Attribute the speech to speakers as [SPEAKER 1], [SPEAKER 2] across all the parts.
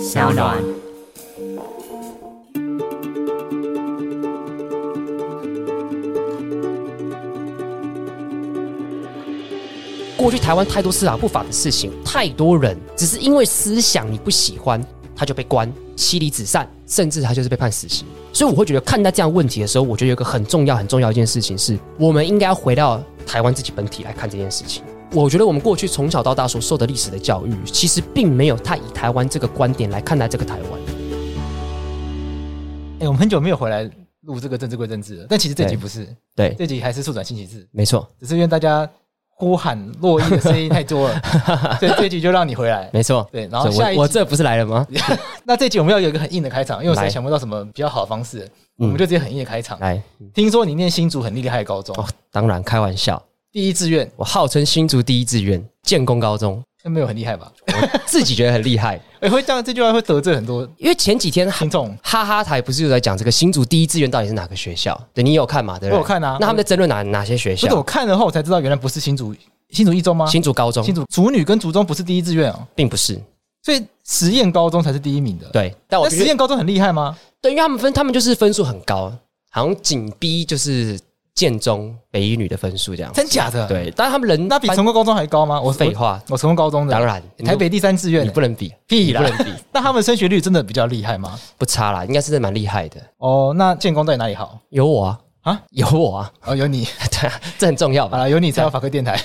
[SPEAKER 1] 小暖。过去台湾太多司法不法的事情，太多人只是因为思想你不喜欢，他就被关、妻离子散，甚至他就是被判死刑。所以我会觉得看待这样问题的时候，我觉得有一个很重要、很重要一件事情是，我们应该要回到台湾自己本体来看这件事情。我觉得我们过去从小到大所受的历史的教育，其实并没有太以台湾这个观点来看待这个台湾。
[SPEAKER 2] 哎、我们很久没有回来录这个政治归政治了，但其实这集
[SPEAKER 1] 对
[SPEAKER 2] 不是，
[SPEAKER 1] 对，
[SPEAKER 2] 这集还是速转星期四，
[SPEAKER 1] 没错，
[SPEAKER 2] 只是因为大家呼喊洛伊的声音太 多了，所以这集就让你回来。
[SPEAKER 1] 没错。
[SPEAKER 2] 对，然后
[SPEAKER 1] 所
[SPEAKER 2] 下
[SPEAKER 1] 以
[SPEAKER 2] 一
[SPEAKER 1] 我我
[SPEAKER 2] 集，
[SPEAKER 1] 这不是来了吗？
[SPEAKER 2] 那这集我们要有一个很硬的开场，因为我实在
[SPEAKER 1] 来
[SPEAKER 2] 想不到什么比较好的方式，我
[SPEAKER 1] 嗯
[SPEAKER 2] 们就直接很硬的开场。
[SPEAKER 1] 来，
[SPEAKER 2] 听说你念新竹很厉害的高中，
[SPEAKER 1] 哦，当然开玩笑，
[SPEAKER 2] 第一志愿，
[SPEAKER 1] 我号称新竹第一志愿建工高中，
[SPEAKER 2] 那没有很厉害吧？
[SPEAKER 1] 自己觉得很厉害，
[SPEAKER 2] 哎、会这样这句话会得罪很多
[SPEAKER 1] 因为前几天
[SPEAKER 2] 听众。
[SPEAKER 1] 哈哈台不是有在讲这个新竹第一志愿到底是哪个学校？对你有看嘛？对不对？
[SPEAKER 2] 我有看啊
[SPEAKER 1] 那他们在争论哪哪些学
[SPEAKER 2] 不是我
[SPEAKER 1] 校？
[SPEAKER 2] 看了后我才知道，原来不是新竹新竹一中吗？
[SPEAKER 1] 新竹高中
[SPEAKER 2] 新竹竹女跟竹中不是第一志愿哦，
[SPEAKER 1] 并不是
[SPEAKER 2] 所以实验高中才是第一名的。，
[SPEAKER 1] 对，但我
[SPEAKER 2] 那
[SPEAKER 1] 觉
[SPEAKER 2] 实
[SPEAKER 1] 得
[SPEAKER 2] 验高中很厉害吗？
[SPEAKER 1] 对，因为他们分他们就是分数很高，好像紧逼就是建中北一女的分数这样。
[SPEAKER 2] 真假的？，
[SPEAKER 1] 对，但他们人
[SPEAKER 2] 那比
[SPEAKER 1] 班
[SPEAKER 2] 成功高中还高吗？我
[SPEAKER 1] 废，话，
[SPEAKER 2] 我我成功高中的，
[SPEAKER 1] 当然
[SPEAKER 2] 台北第三志愿
[SPEAKER 1] 你，不能比，
[SPEAKER 2] 屁
[SPEAKER 1] 你
[SPEAKER 2] 啦
[SPEAKER 1] 不能比，
[SPEAKER 2] 那他们升学率真的比较厉害吗？
[SPEAKER 1] 不差啦，应该是真的蛮厉害的。
[SPEAKER 2] 哦，那建工在哪里好？
[SPEAKER 1] 有我啊
[SPEAKER 2] 啊
[SPEAKER 1] 啊，有我啊，
[SPEAKER 2] 哦，有你，
[SPEAKER 1] 对啊，这很重要
[SPEAKER 2] 好
[SPEAKER 1] 吧？
[SPEAKER 2] 了，有你才有法科 电台。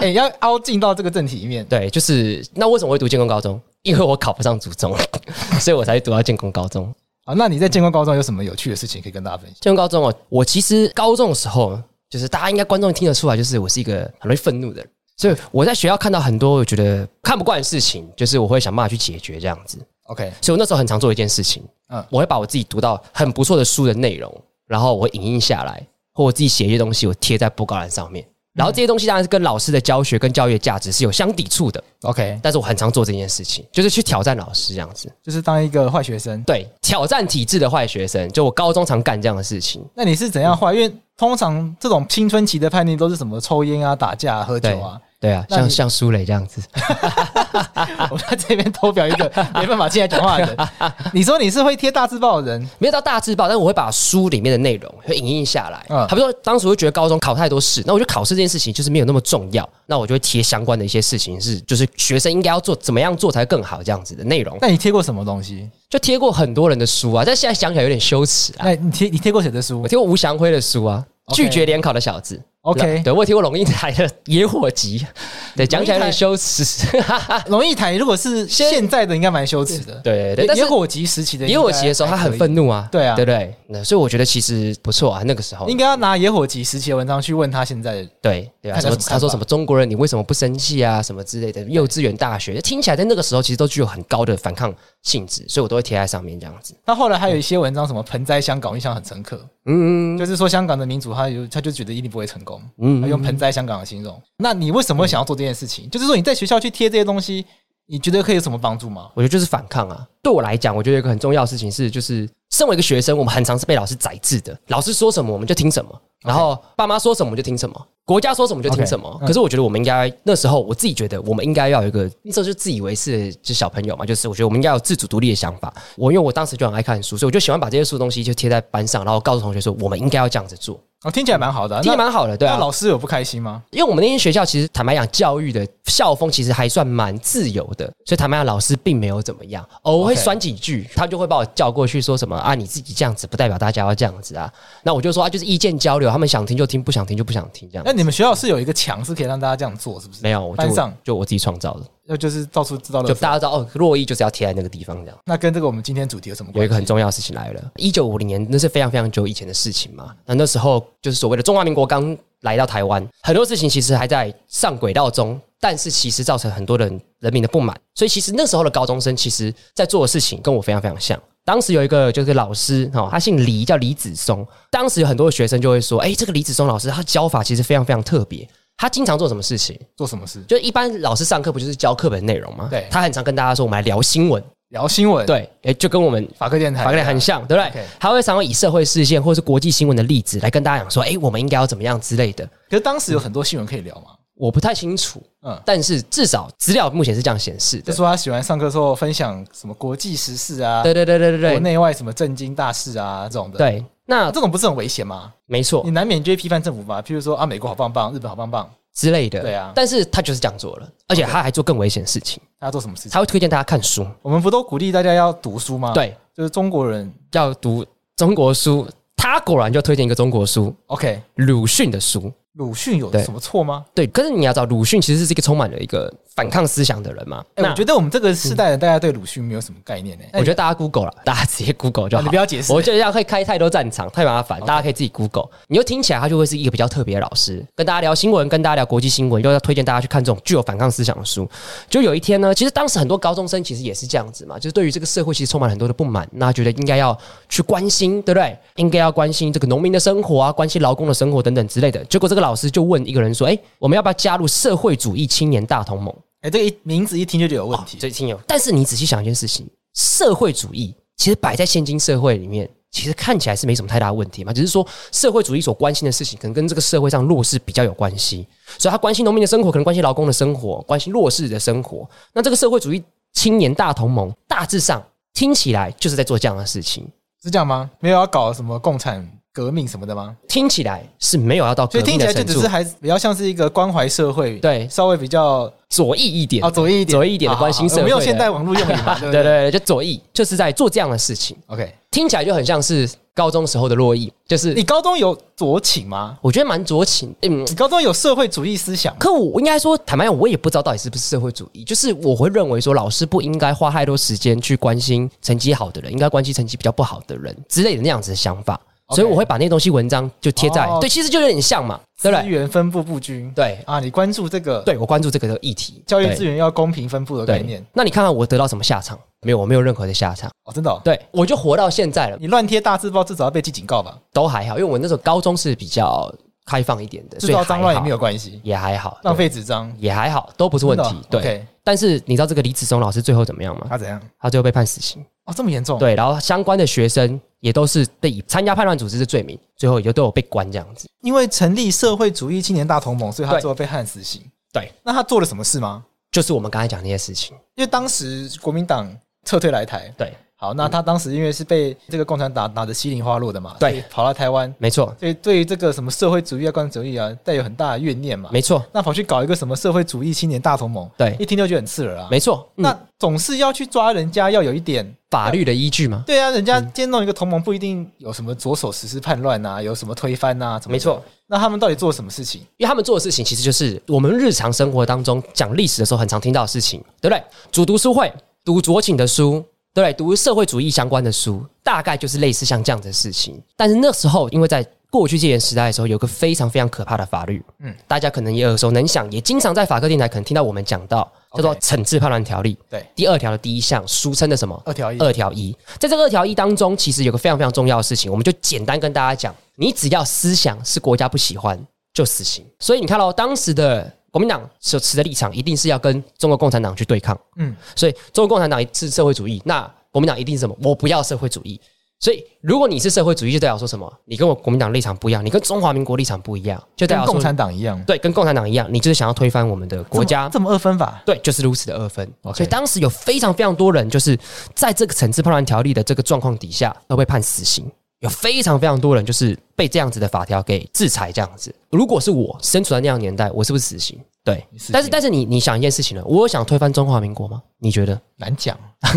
[SPEAKER 2] 哎，要凹进到这个正题里面。
[SPEAKER 1] 对，就是那为什么会读建工高中？ 因为我考不上祖宗， 所以我才读到建工高中。
[SPEAKER 2] 好，哦那你在建工高中有什么有趣的事情可以跟大家分享？
[SPEAKER 1] 建中高中哦，我其实高中的时候，就是大家应该观众听得出来，就是我是一个很容易愤怒的人，所以我在学校看到很多我觉得看不惯的事情，就是我会想办法去解决这样子。
[SPEAKER 2] OK，
[SPEAKER 1] 所以我那时候很常做一件事情，
[SPEAKER 2] 嗯
[SPEAKER 1] 嗯，我会把我自己读到很不错的书的内容，然后我会影印下来，或我自己写一些东西，我贴在布告栏上面。然后这些东西当然是跟老师的教学跟教育的价值是有相抵触的，
[SPEAKER 2] OK，
[SPEAKER 1] 但是我很常做这件事情，就是去挑战老师这样子。
[SPEAKER 2] 就是当一个坏学生。
[SPEAKER 1] 对，挑战体制的坏学生，就我高中常干这样的事情。
[SPEAKER 2] 那你是怎样坏？因为通常这种青春期的叛逆都是什么抽烟啊、打架、啊、喝酒
[SPEAKER 1] 对
[SPEAKER 2] 啊。
[SPEAKER 1] 对啊，
[SPEAKER 2] 那你
[SPEAKER 1] 像像苏磊这样子，
[SPEAKER 2] 我们在这边偷表一个没办法进来讲话的人。 你说你是会贴大字报的人，
[SPEAKER 1] 没有到大字报，但是我会把书里面的内容会影印下来。
[SPEAKER 2] 嗯
[SPEAKER 1] 嗯，好比说当时我就觉得高中考太多试，那我觉得考试这件事情就是没有那么重要，那我就会贴相关的一些事情是，就是学生应该要做怎么样做才更好这样子的内容，
[SPEAKER 2] 那你贴过什么东西？
[SPEAKER 1] 就贴过很多人的书啊，但现在想起来有点羞耻啊。
[SPEAKER 2] 那你贴你贴过谁的书
[SPEAKER 1] 我贴过吴祥辉的书啊，《
[SPEAKER 2] OK
[SPEAKER 1] 拒绝联考的小子》。
[SPEAKER 2] ？OK，
[SPEAKER 1] 对我也贴过龙应台的《野火集》， 对，讲起来有点羞耻。
[SPEAKER 2] 啊龙应台如果是
[SPEAKER 1] 先
[SPEAKER 2] 现在的，应该蛮羞耻的。
[SPEAKER 1] 对对对，但是
[SPEAKER 2] 野火集时期的，
[SPEAKER 1] 野火集的时候，他很愤，怒啊，
[SPEAKER 2] 对啊
[SPEAKER 1] 对不对？那所以我觉得其实不错啊，那个时候
[SPEAKER 2] 应该要拿野火集时期的文章去问他现在的。
[SPEAKER 1] 对对啊，
[SPEAKER 2] 看
[SPEAKER 1] 什
[SPEAKER 2] 他怎么
[SPEAKER 1] 么
[SPEAKER 2] 看
[SPEAKER 1] 他说
[SPEAKER 2] 吧
[SPEAKER 1] 什么中国人你为什么不生气啊，什么之类的，幼稚园、大学，听起来在那个时候其实都具有很高的反抗性质，所以我都会贴在上面这样子。
[SPEAKER 2] 他后来还有一些文章，什么盆栽香港，印象很深刻，
[SPEAKER 1] 嗯
[SPEAKER 2] 就是说香港的民主，他有他就觉得一定不会成功，
[SPEAKER 1] 嗯
[SPEAKER 2] 他用盆栽香港来形容。那你为什么会想要做这件事情？就是说你在学校去贴这些东西，你觉得可以有什么帮助吗？
[SPEAKER 1] 我觉得就是反抗啊。对我来讲，我觉得有一个很重要的事情是，就是身为一个学生，我们很常是被老师宰制的，老师说什么我们就听什么，然后爸妈说什么我们就听什么，国家说什么就听什么。
[SPEAKER 2] OK，嗯
[SPEAKER 1] 可是我觉得我们应该那时候我自己觉得我们应该要有一个那时候就自以为是就小朋友嘛，就是我觉得我们应该有自主独立的想法。我因为我当时就很爱看书，所以我就喜欢把这些书东西就贴在班上，然后告诉同学说我们应该要这样子做，
[SPEAKER 2] 哦，听起来蛮好的啊，
[SPEAKER 1] 听
[SPEAKER 2] 那
[SPEAKER 1] 得蛮好的，对
[SPEAKER 2] 那
[SPEAKER 1] 啊。
[SPEAKER 2] 老师有不开心吗？
[SPEAKER 1] 因为我们那间学校其实坦白讲，教育的校风其实还算蛮自由的，所以坦白讲，老师并没有怎么样，偶尔会
[SPEAKER 2] OK
[SPEAKER 1] 酸几句，他就会把我叫过去说什么啊，你自己这样子不代表大家要这样子啊。那我就说啊，就是意见交流他们想听就听，不想听就不想听，这样
[SPEAKER 2] 那你们学校是有一个墙是可以让大家这样做，是不是？
[SPEAKER 1] 没有，我
[SPEAKER 2] 班
[SPEAKER 1] 就
[SPEAKER 2] 上
[SPEAKER 1] 就我自己创造的，
[SPEAKER 2] 那就是到处知道
[SPEAKER 1] 就
[SPEAKER 2] 的。
[SPEAKER 1] 大家知道哦，洛伊就是要贴在那个地方这样。
[SPEAKER 2] 那跟这个我们今天主题有什么
[SPEAKER 1] 有
[SPEAKER 2] 关
[SPEAKER 1] 一
[SPEAKER 2] 系？
[SPEAKER 1] 个很重要的事情来了，一九五零年那是非常非常久以前的事情嘛。那那时候就是所谓的中华民国刚来到台湾，很多事情其实还在上轨道中，但是其实造成很多人人民的不满。所以其实那时候的高中生，其实在做的事情跟我非常非常像。当时有一个就是老师哦，他姓李，叫李子松。当时有很多的学生就会说，哎，这个李子松老师他教法其实非常非常特别。他经常做什么事情？
[SPEAKER 2] 做什么事？
[SPEAKER 1] 就一般老师上课不就是教课本内容吗？
[SPEAKER 2] 对
[SPEAKER 1] 他很常跟大家说，我们来聊新闻。
[SPEAKER 2] 聊新闻，，
[SPEAKER 1] 对，哎，就跟我们
[SPEAKER 2] 法科电 台，
[SPEAKER 1] 法律很像，对不对
[SPEAKER 2] OK？
[SPEAKER 1] 他会常常以社会事件或是国际新闻的例子来跟大家讲说，哎，我们应该要怎么样之类的。
[SPEAKER 2] 可是当时有很多新闻可以聊嘛，
[SPEAKER 1] 我不太清楚，
[SPEAKER 2] 嗯，
[SPEAKER 1] 但是至少资料目前是这样显示
[SPEAKER 2] 就
[SPEAKER 1] 的。
[SPEAKER 2] 说他喜欢上课的时候分享什么国际时事啊，
[SPEAKER 1] 对对对对对对
[SPEAKER 2] 国内外什么政经大事啊这种的。，
[SPEAKER 1] 对，那
[SPEAKER 2] 这种不是很危险吗？
[SPEAKER 1] 没错
[SPEAKER 2] 你难免就会批判政府吧，譬如说啊，美国好棒棒，日本好棒棒，
[SPEAKER 1] 之类的。
[SPEAKER 2] 对啊
[SPEAKER 1] 但是他就是这样做了，而且他还做更危险的事情，
[SPEAKER 2] 他要做什么事情？
[SPEAKER 1] 他会推荐大家看书，
[SPEAKER 2] 我们不都鼓励大家要读书吗？，
[SPEAKER 1] 对，
[SPEAKER 2] 就是中国人。
[SPEAKER 1] 要读中国书。他果然就推荐一个中国书，
[SPEAKER 2] OK，
[SPEAKER 1] 鲁迅的书。
[SPEAKER 2] 鲁迅有
[SPEAKER 1] 对
[SPEAKER 2] 什么错吗？
[SPEAKER 1] 对，可是你要知道，鲁迅其实是一个充满了一个反抗思想的人嘛。
[SPEAKER 2] 哎、我觉
[SPEAKER 1] 得，
[SPEAKER 2] 得我们这个世代的大家对鲁迅没有什么概念呢、
[SPEAKER 1] 我觉得大家 Google 了，大家直接 Google 就
[SPEAKER 2] 哎啊
[SPEAKER 1] 好。
[SPEAKER 2] 你不要解释，
[SPEAKER 1] 我觉得这样会开太多战场，太麻烦，大家可以自己 Google。你就听起来，他就会是一个比较特别的老师，跟大家聊新闻，跟大家聊国际新闻，又要推荐大家去看这种具有反抗思想的书。就有一天呢，其实当时很多高中生其实也是这样子嘛，就是对于这个社会其实充满了很多的不满，那觉得应该要去关心，对不对？应该要关心这个农民的生活啊，关心劳工的生活等等之类的。结果这个老师就问一个人说：“哎，我们要不要加入社会主义青年大同盟？”
[SPEAKER 2] 哎、这个一名字一听就觉得有问题。
[SPEAKER 1] 所以亲友，但是你仔细想一件事情，社会主义其实摆在现今社会里面，其实看起来是没什么太大的问题嘛，只是说社会主义所关心的事情，可能跟这个社会上弱势比较有关系，所以他关心农民的生活，可能关心劳工的生活，关心弱势的生活。那这个社会主义青年大同盟，大致上听起来就是在做这样的事情，
[SPEAKER 2] 是这样吗？没有要搞什么共产革命什么的吗？
[SPEAKER 1] 听起来是没有要到革
[SPEAKER 2] 所以听
[SPEAKER 1] 呃命
[SPEAKER 2] 起
[SPEAKER 1] 的
[SPEAKER 2] 来
[SPEAKER 1] 程
[SPEAKER 2] 就只
[SPEAKER 1] 度
[SPEAKER 2] 是，还比较像是一个关怀社会，
[SPEAKER 1] 对
[SPEAKER 2] 稍微比较
[SPEAKER 1] 左翼一点
[SPEAKER 2] 啊，左翼一点，
[SPEAKER 1] 左翼一点的关心社会
[SPEAKER 2] 我
[SPEAKER 1] 的
[SPEAKER 2] 们用现代网络用语 嘛，对不
[SPEAKER 1] 对
[SPEAKER 2] 对
[SPEAKER 1] 对，就左翼就是在做这样的事情，
[SPEAKER 2] ？OK，
[SPEAKER 1] 听起来就很像是高中时候的洛邑，就是
[SPEAKER 2] 你高中有左倾吗？
[SPEAKER 1] 我觉得蛮酌情，嗯。
[SPEAKER 2] 你高中有社会主义思想吗？
[SPEAKER 1] 可我应该说，坦白讲，我也不知道到底是不是社会主义。就是我会认为说，老师不应该花太多时间去关心成绩好的人，应该关心成绩比较不好的人之类的那样子的想法。
[SPEAKER 2] OK
[SPEAKER 1] 所以我会把那些东西文章就贴在
[SPEAKER 2] 哦
[SPEAKER 1] 对，其实就有点像嘛，对
[SPEAKER 2] 资
[SPEAKER 1] 不对？
[SPEAKER 2] 源分布不均，
[SPEAKER 1] 对
[SPEAKER 2] 啊，你关注这个
[SPEAKER 1] 对，我关注这个议题，
[SPEAKER 2] 教育
[SPEAKER 1] 对
[SPEAKER 2] 资源要公平分布的概念
[SPEAKER 1] 对。那你看看我得到什么下场？没有，我没有任何的下场。
[SPEAKER 2] 哦，真的哦，
[SPEAKER 1] 对，我就活到现在了，
[SPEAKER 2] 你乱贴大字报至少要被记警告吧？
[SPEAKER 1] 都还好，因为我那时候高中是比较开放一点的，
[SPEAKER 2] 制
[SPEAKER 1] 所以
[SPEAKER 2] 造
[SPEAKER 1] 还
[SPEAKER 2] 脏乱也
[SPEAKER 1] 好
[SPEAKER 2] 没有关系，
[SPEAKER 1] 也还好，
[SPEAKER 2] 浪
[SPEAKER 1] 对
[SPEAKER 2] 费纸张
[SPEAKER 1] 也还好，都不是问
[SPEAKER 2] 真的
[SPEAKER 1] 题
[SPEAKER 2] 哦。
[SPEAKER 1] 对，
[SPEAKER 2] OK 啊
[SPEAKER 1] 但是你知道这个李子松老师最后怎么样吗？
[SPEAKER 2] 他怎样？
[SPEAKER 1] 他最后被判死刑。
[SPEAKER 2] 哦，这么严重？，
[SPEAKER 1] 对，然后相关的学生也都是被以参加叛乱组织的罪名，最后也就都有被关这样子。
[SPEAKER 2] 因为成立社会主义青年大同盟，所以他
[SPEAKER 1] 对
[SPEAKER 2] 最后被判死刑。
[SPEAKER 1] 对，
[SPEAKER 2] 那他做了什么事吗？
[SPEAKER 1] 就是我们刚才讲的那些事情。
[SPEAKER 2] 因为当时国民党撤退来台，
[SPEAKER 1] 对，
[SPEAKER 2] 好，那他当时因为是被这个共产党打得稀里哗啦的嘛，
[SPEAKER 1] 嗯对，
[SPEAKER 2] 跑到台湾，
[SPEAKER 1] 没错，
[SPEAKER 2] 所以对于这个什么社会主义啊、共产主义啊，带有很大的怨念嘛。
[SPEAKER 1] 没错，
[SPEAKER 2] 那跑去搞一个什么社会主义青年大同盟，
[SPEAKER 1] 对
[SPEAKER 2] 一听就觉得很刺耳啊。
[SPEAKER 1] 没嗯错。那、
[SPEAKER 2] 那总是要去抓人家，要有一点。
[SPEAKER 1] 法律的依据嘛，
[SPEAKER 2] 对啊，人家今天弄一个同盟，不一定有什么着手实施叛乱啊，有什么推翻啊，什么的
[SPEAKER 1] 没错。
[SPEAKER 2] 那他们到底做了什么事情？
[SPEAKER 1] 因为他们做的事情其实就是我们日常生活当中讲历史的时候很常听到的事情，对不对？主读书会，读左倾的书。对不对，读社会主义相关的书，大概就是类似像这样的事情。但是那时候，因为在过去戒严时代的时候，有个非常非常可怕的法律，嗯
[SPEAKER 2] 嗯，
[SPEAKER 1] 大家可能也耳熟能详，也经常在法科电台可能听到我们讲到，叫做《
[SPEAKER 2] OK
[SPEAKER 1] 惩治叛乱条例》。
[SPEAKER 2] 对，
[SPEAKER 1] 第二条的第一项，俗称的什么？
[SPEAKER 2] 二条一，
[SPEAKER 1] 二条一，在这个二条一当中，其实有个非常非常重要的事情，我们就简单跟大家讲：你只要思想是国家不喜欢，就死刑。所以你看喽，当时的国民党所持的立场，一定是要跟中国共产党去对抗。
[SPEAKER 2] 嗯，
[SPEAKER 1] 所以中国共产党是社会主义，那国民党一定是什么？我不要社会主义。所以如果你是社会主义，就代表说什么？你跟我国民党立场不一样，你跟中华民国立场不一样，就代
[SPEAKER 2] 跟
[SPEAKER 1] 表
[SPEAKER 2] 共
[SPEAKER 1] 说
[SPEAKER 2] 产党一样，
[SPEAKER 1] 对，跟共产党一样，你就是想要推翻我们的国家。
[SPEAKER 2] 这么这么二分法，
[SPEAKER 1] 对，就是如此的二分。
[SPEAKER 2] OK
[SPEAKER 1] 所以当时有非常非常多人，就是在这个惩治叛乱条例的这个状况底下，都被判死刑。有非常非常多人就是被这样子的法条给制裁，这样子。如果是我身处在那样的年代，我是不是死刑？对对
[SPEAKER 2] 你死，
[SPEAKER 1] 但是
[SPEAKER 2] 定
[SPEAKER 1] 但是你你想一件事情呢？我有想推翻中华民国吗？你觉得？
[SPEAKER 2] 难讲。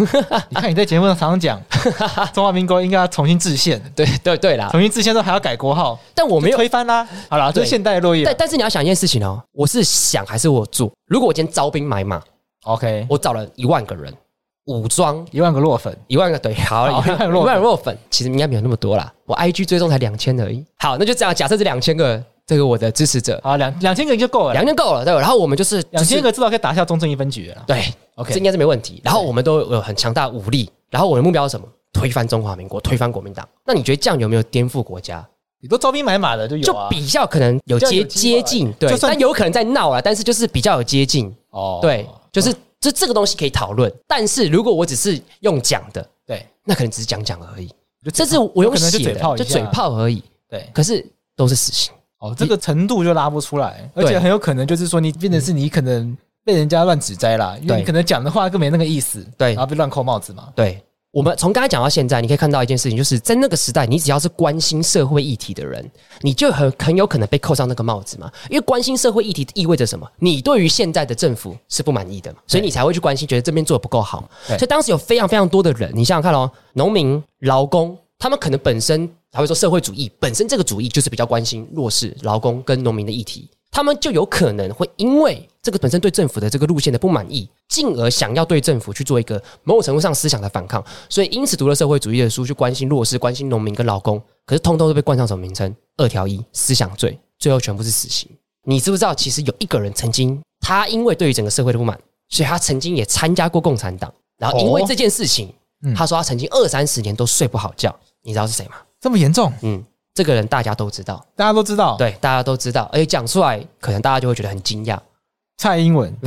[SPEAKER 2] 你看你在节目上常常 讲，中华民国应该要重新制宪，
[SPEAKER 1] 对对对啦，
[SPEAKER 2] 重新制宪之后还要改国号，
[SPEAKER 1] 但我没
[SPEAKER 2] 就
[SPEAKER 1] 有。
[SPEAKER 2] 推翻啦。啊好啦，这
[SPEAKER 1] 对
[SPEAKER 2] 是现代的落叶
[SPEAKER 1] 但。但是你要想一件事情哦，我是想还是我做？如果我今天招兵买马，
[SPEAKER 2] OK，
[SPEAKER 1] 我找了一万个人，武装
[SPEAKER 2] 一万个落粉，
[SPEAKER 1] 一万个对，好，
[SPEAKER 2] 好
[SPEAKER 1] 一
[SPEAKER 2] 一万
[SPEAKER 1] 万一
[SPEAKER 2] 个肉粉
[SPEAKER 1] 万弱粉，其实应该没有那么多啦。我 IG 追踪才两千而已。好，那就这样，假设这两千个这个我的支持者，
[SPEAKER 2] 好，啊两两千个就够了啦，
[SPEAKER 1] 两千够了，对吧。然后我们就是
[SPEAKER 2] 两千
[SPEAKER 1] 就是
[SPEAKER 2] 个至少可以打下中正一分局了啦。
[SPEAKER 1] 对
[SPEAKER 2] OK
[SPEAKER 1] 这应该是没问题。然后我们都有很强大的武力，然后我的目标是什么？推翻中华民国，推翻国民党。那你觉得这样有没有颠覆国家？
[SPEAKER 2] 你都招兵买马的就有
[SPEAKER 1] 就
[SPEAKER 2] 啊。
[SPEAKER 1] 比较可能有
[SPEAKER 2] 比较有
[SPEAKER 1] 接
[SPEAKER 2] 机
[SPEAKER 1] 接
[SPEAKER 2] 会
[SPEAKER 1] 近，对
[SPEAKER 2] 就，算
[SPEAKER 1] 但有可能在闹啊，但是就是比较有接近，
[SPEAKER 2] 哦
[SPEAKER 1] 对，就是这这个东西可以讨论。但是如果我只是用讲的，
[SPEAKER 2] 对，
[SPEAKER 1] 那可能只是讲讲而已。
[SPEAKER 2] 就
[SPEAKER 1] 这
[SPEAKER 2] 嘴炮
[SPEAKER 1] 是我用
[SPEAKER 2] 有可能就
[SPEAKER 1] 写
[SPEAKER 2] 嘴炮
[SPEAKER 1] 的，
[SPEAKER 2] 一
[SPEAKER 1] 就
[SPEAKER 2] 下啊
[SPEAKER 1] 嘴炮而已。
[SPEAKER 2] 对。
[SPEAKER 1] 可是都是死刑。
[SPEAKER 2] 哦，这个程度就拉不出来，而且
[SPEAKER 1] 对
[SPEAKER 2] 很有可能就是说你变成是你可能被人家乱指摘啦，因为
[SPEAKER 1] 对
[SPEAKER 2] 你可能讲的话更没那个意思，
[SPEAKER 1] 对
[SPEAKER 2] 然后被乱扣帽子嘛。
[SPEAKER 1] 对我们从刚才讲到现在，你可以看到一件事情，就是在那个时代，你只要是关心社会议题的人，你就很很有可能被扣上那个帽子嘛。因为关心社会议题意味着什么？你对于现在的政府是不满意的嘛，所以你才会去关心，觉得这边做的不够好。
[SPEAKER 2] 对
[SPEAKER 1] 所以当时有非常非常多的人，你想想看哦，农民、劳工，他们可能本身还会说社会主义本身这个主义就是比较关心弱势劳工跟农民的议题，他们就有可能会因为这个本身对政府的这个路线的不满意，进而想要对政府去做一个某种程度上思想的反抗，所以因此读了社会主义的书去关心弱势、关心农民跟劳工，可是通通都被冠上什么名称？二条一思想罪，最后全部是死刑。你知不知道，其实有一个人曾经，他因为对于整个社会的不满，所以他曾经也参加过共产党，然后因为
[SPEAKER 2] 哦
[SPEAKER 1] 这件事情，
[SPEAKER 2] 嗯
[SPEAKER 1] 他说他曾经二三十年都睡不好觉，你知道是谁吗？
[SPEAKER 2] 这么严重，
[SPEAKER 1] 嗯，这个人大家都知道，嗯
[SPEAKER 2] 大家都知道，
[SPEAKER 1] 对，大家都知道，而且讲出来，可能大家就会觉得很惊讶，
[SPEAKER 2] 蔡英文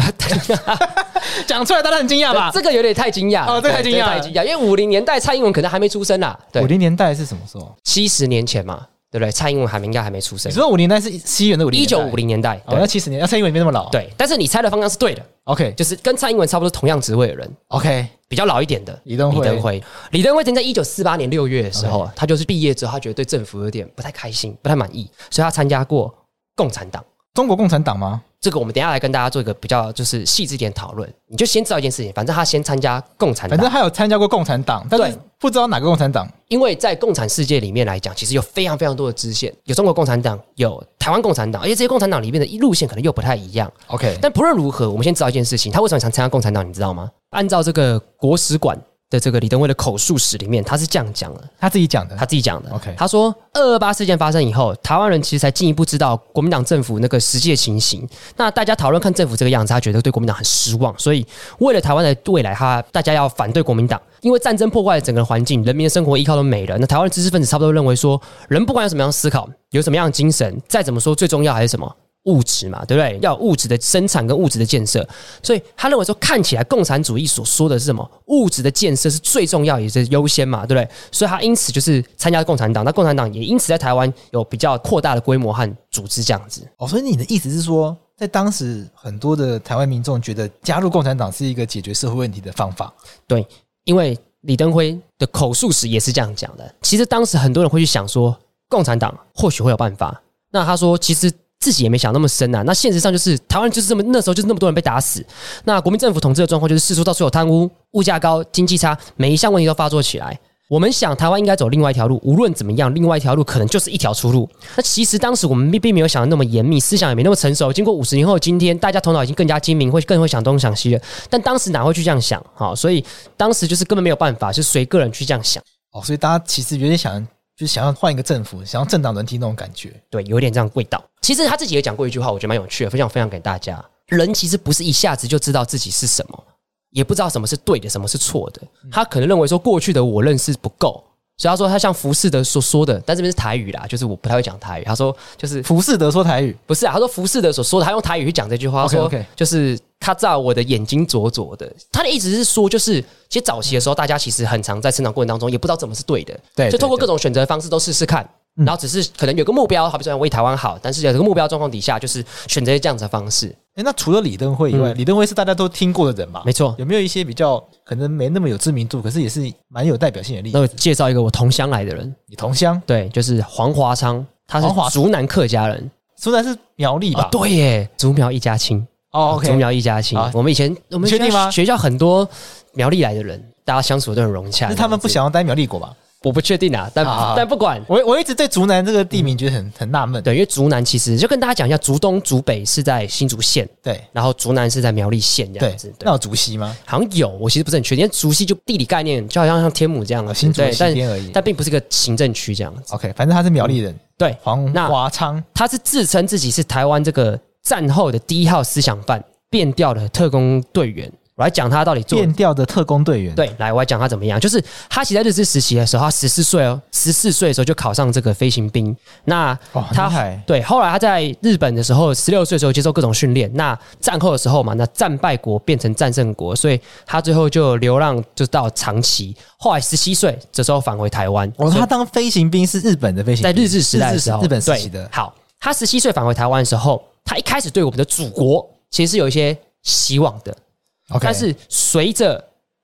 [SPEAKER 2] 讲出来，大家很惊讶 吧？
[SPEAKER 1] 这个有点太惊讶了
[SPEAKER 2] 哦这个
[SPEAKER 1] 对
[SPEAKER 2] 太惊讶了
[SPEAKER 1] 太惊讶，因为五零年代蔡英文可能还没出生啦，
[SPEAKER 2] 五
[SPEAKER 1] 对，
[SPEAKER 2] 零年代是什么时候？
[SPEAKER 1] 七十年前嘛，对不对？蔡英文还没应该还没出生
[SPEAKER 2] 你，说五零年代是西元的五零，
[SPEAKER 1] 一九五，零年代，
[SPEAKER 2] 哦，那
[SPEAKER 1] 对
[SPEAKER 2] 七十年，那蔡英文没那么老。
[SPEAKER 1] 对，但是你猜的方向是对的，
[SPEAKER 2] ，OK
[SPEAKER 1] 就是跟蔡英文差不多同样职位的人，
[SPEAKER 2] OK，
[SPEAKER 1] 比较老一点的
[SPEAKER 2] 李登辉
[SPEAKER 1] 李登辉，李登辉曾在一九四八年六月的时候啊他就是毕业之后，他觉得对政府有点不太开心，不太满意，所以他参加过共产党。
[SPEAKER 2] 中国共产党吗？
[SPEAKER 1] 这个我们等一下来跟大家做一个比较就是细致一点讨论。你就先知道一件事情，反正他先参加共产
[SPEAKER 2] 反正
[SPEAKER 1] 党，
[SPEAKER 2] 他有参加过共产党，但是
[SPEAKER 1] 对
[SPEAKER 2] 不知道哪个共产党。
[SPEAKER 1] 因为在共产世界里面来讲，其实有非常非常多的支线，有中国共产党，有台湾共产党，而且这些共产党里面的路线可能又不太一样。
[SPEAKER 2] OK，
[SPEAKER 1] 但不论如何，我们先知道一件事情，他为什么想参加共产党，你知道吗？按照这个国史馆的这个李登辉的口述史里面，他是这样讲的。
[SPEAKER 2] 他自己讲的
[SPEAKER 1] 他，自己讲的。
[SPEAKER 2] OK
[SPEAKER 1] 他说二二八事件发生以后，台湾人其实才进一步知道国民党政府那个实际的情形。那大家讨论看政府这个样子，他觉得对国民党很失望，所以为了台湾的未来，他大家要反对国民党，因为战争破坏了整个环境，人民的生活依靠都没了。那台湾的知识分子差不多认为说，人不管有什么样的思考，有什么样的精神，再怎么说，最重要还是什么？物质嘛，对不对？要有物质的生产跟物质的建设，所以他认为说，看起来共产主义所说的是什么？物质的建设是最重要，也是优先嘛，对不对？所以他因此就是参加共产党，那共产党也因此在台湾有比较扩大的规模和组织这样子。
[SPEAKER 2] 哦，所以你的意思是说，在当时很多的台湾民众觉得加入共产党是一个解决社会问题的方法。
[SPEAKER 1] 对，因为李登辉的口述史也是这样讲的。其实当时很多人会去想说，共产党或许会有办法。那他说，其实自己也没想那么深啊。那现实上就是台湾就是这么那时候就是那么多人被打死，那国民政府统治的状况就是四处到处有贪污、物价高、经济差，每一项问题都发作起来。我们想台湾应该走另外一条路，无论怎么样，另外一条路可能就是一条出路。那其实当时我们并并没有想的那么严密，思想也没那么成熟。经过五十年后的今天，大家头脑已经更加精明，会更会想东想西了。但当时哪会去这样想？好，所以当时就是根本没有办法，是随个人去这样想。
[SPEAKER 2] 哦，所以大家其实有点想，就是想要换一个政府，想要政党轮替那种感觉。
[SPEAKER 1] 对，有点这样味道。其实他自己也讲过一句话，我觉得蛮有趣的，分享分享给大家。人其实不是一下子就知道自己是什么，也不知道什么是对的，什么是错的。他可能认为说过去的我认识不够，所以他说他像浮士德所说的，但这边是台语啦，就是我不太会讲台语。他说就是
[SPEAKER 2] 浮士德说台语，
[SPEAKER 1] 不是啊，他说浮士德所说的，他用台语去讲这句话，他说
[SPEAKER 2] OK，OK
[SPEAKER 1] 就是他照我的眼睛灼灼的。他的意思是说，就是其实早期的时候，大家其实很常在成长过程当中也不知道怎么是对嗯的，
[SPEAKER 2] 对
[SPEAKER 1] 就通过
[SPEAKER 2] 对
[SPEAKER 1] 各种选择方式都试试看。然后只是可能有个目标，好比说为台湾好，但是有这个目标状况底下，就是选择这样子的方式，
[SPEAKER 2] 哎，那除了李登辉以外，李登辉是大家都听过的人嘛？
[SPEAKER 1] 嗯没错。
[SPEAKER 2] 有没有一些比较可能没那么有知名度，可是也是蛮有代表性的例
[SPEAKER 1] 那
[SPEAKER 2] 子？
[SPEAKER 1] 我介绍一个我同乡来的人，
[SPEAKER 2] 你同乡
[SPEAKER 1] 对，就是黄华昌，他哦
[SPEAKER 2] 黄华
[SPEAKER 1] 是竹南客家人，
[SPEAKER 2] 虽然是苗栗吧，
[SPEAKER 1] 啊，对耶，竹苗一家亲，
[SPEAKER 2] 哦
[SPEAKER 1] 竹
[SPEAKER 2] ，OK，
[SPEAKER 1] 苗一家亲
[SPEAKER 2] 好。
[SPEAKER 1] 我们以前我们
[SPEAKER 2] 确定
[SPEAKER 1] 学校
[SPEAKER 2] 吗
[SPEAKER 1] 学校很多苗栗来的人，大家相处都很融洽。
[SPEAKER 2] 是他们不
[SPEAKER 1] 这样
[SPEAKER 2] 想要待苗栗国吧？
[SPEAKER 1] 子，我不确定啊，但
[SPEAKER 2] 好好好
[SPEAKER 1] 但不管。
[SPEAKER 2] 我我一直对竹南这个地名觉得很很纳闷。
[SPEAKER 1] 对，因为竹南其实就跟大家讲一下，竹东、竹北是在新竹县，
[SPEAKER 2] 对
[SPEAKER 1] 然后竹南是在苗栗县这样
[SPEAKER 2] 对
[SPEAKER 1] 子。，对
[SPEAKER 2] 那有竹溪吗？
[SPEAKER 1] 好像有，我其实不是很确定。因为竹溪就地理概念，就好像像天母这样
[SPEAKER 2] 哦
[SPEAKER 1] 子，
[SPEAKER 2] 新竹
[SPEAKER 1] 对，
[SPEAKER 2] 西
[SPEAKER 1] 但
[SPEAKER 2] 边而已。哦
[SPEAKER 1] 但并不是个行政区这样子。
[SPEAKER 2] OK，反正他是苗栗人，
[SPEAKER 1] 对，
[SPEAKER 2] 黄
[SPEAKER 1] 那
[SPEAKER 2] 华昌。
[SPEAKER 1] 他是自称自己是台湾这个战后的第一号思想犯，变调的特工队员。我来讲他到底做
[SPEAKER 2] 变调的特工队员。，
[SPEAKER 1] 对，来我来讲他怎么样。就是他其实在日治时期的时候，他十四岁哦，十四岁的时候就考上这个飞行兵。那
[SPEAKER 2] 哇，很厉
[SPEAKER 1] 他
[SPEAKER 2] 害。
[SPEAKER 1] 对，后来他在日本的时候，十六岁的时候接受各种训练。那战后的时候嘛，那战败国变成战胜国，所以他最后就流浪，就到长崎。后来十七岁这时候返回台湾，
[SPEAKER 2] 哦，
[SPEAKER 1] 所以
[SPEAKER 2] 他当飞行兵是日本的飞行
[SPEAKER 1] 在
[SPEAKER 2] 兵，
[SPEAKER 1] 日治时代的时候，
[SPEAKER 2] 日本时期
[SPEAKER 1] 对
[SPEAKER 2] 的。
[SPEAKER 1] 好，他十七岁返回台湾的时候，他一开始对我们的祖国其实是有一些希望的。
[SPEAKER 2] OK，
[SPEAKER 1] 但是随着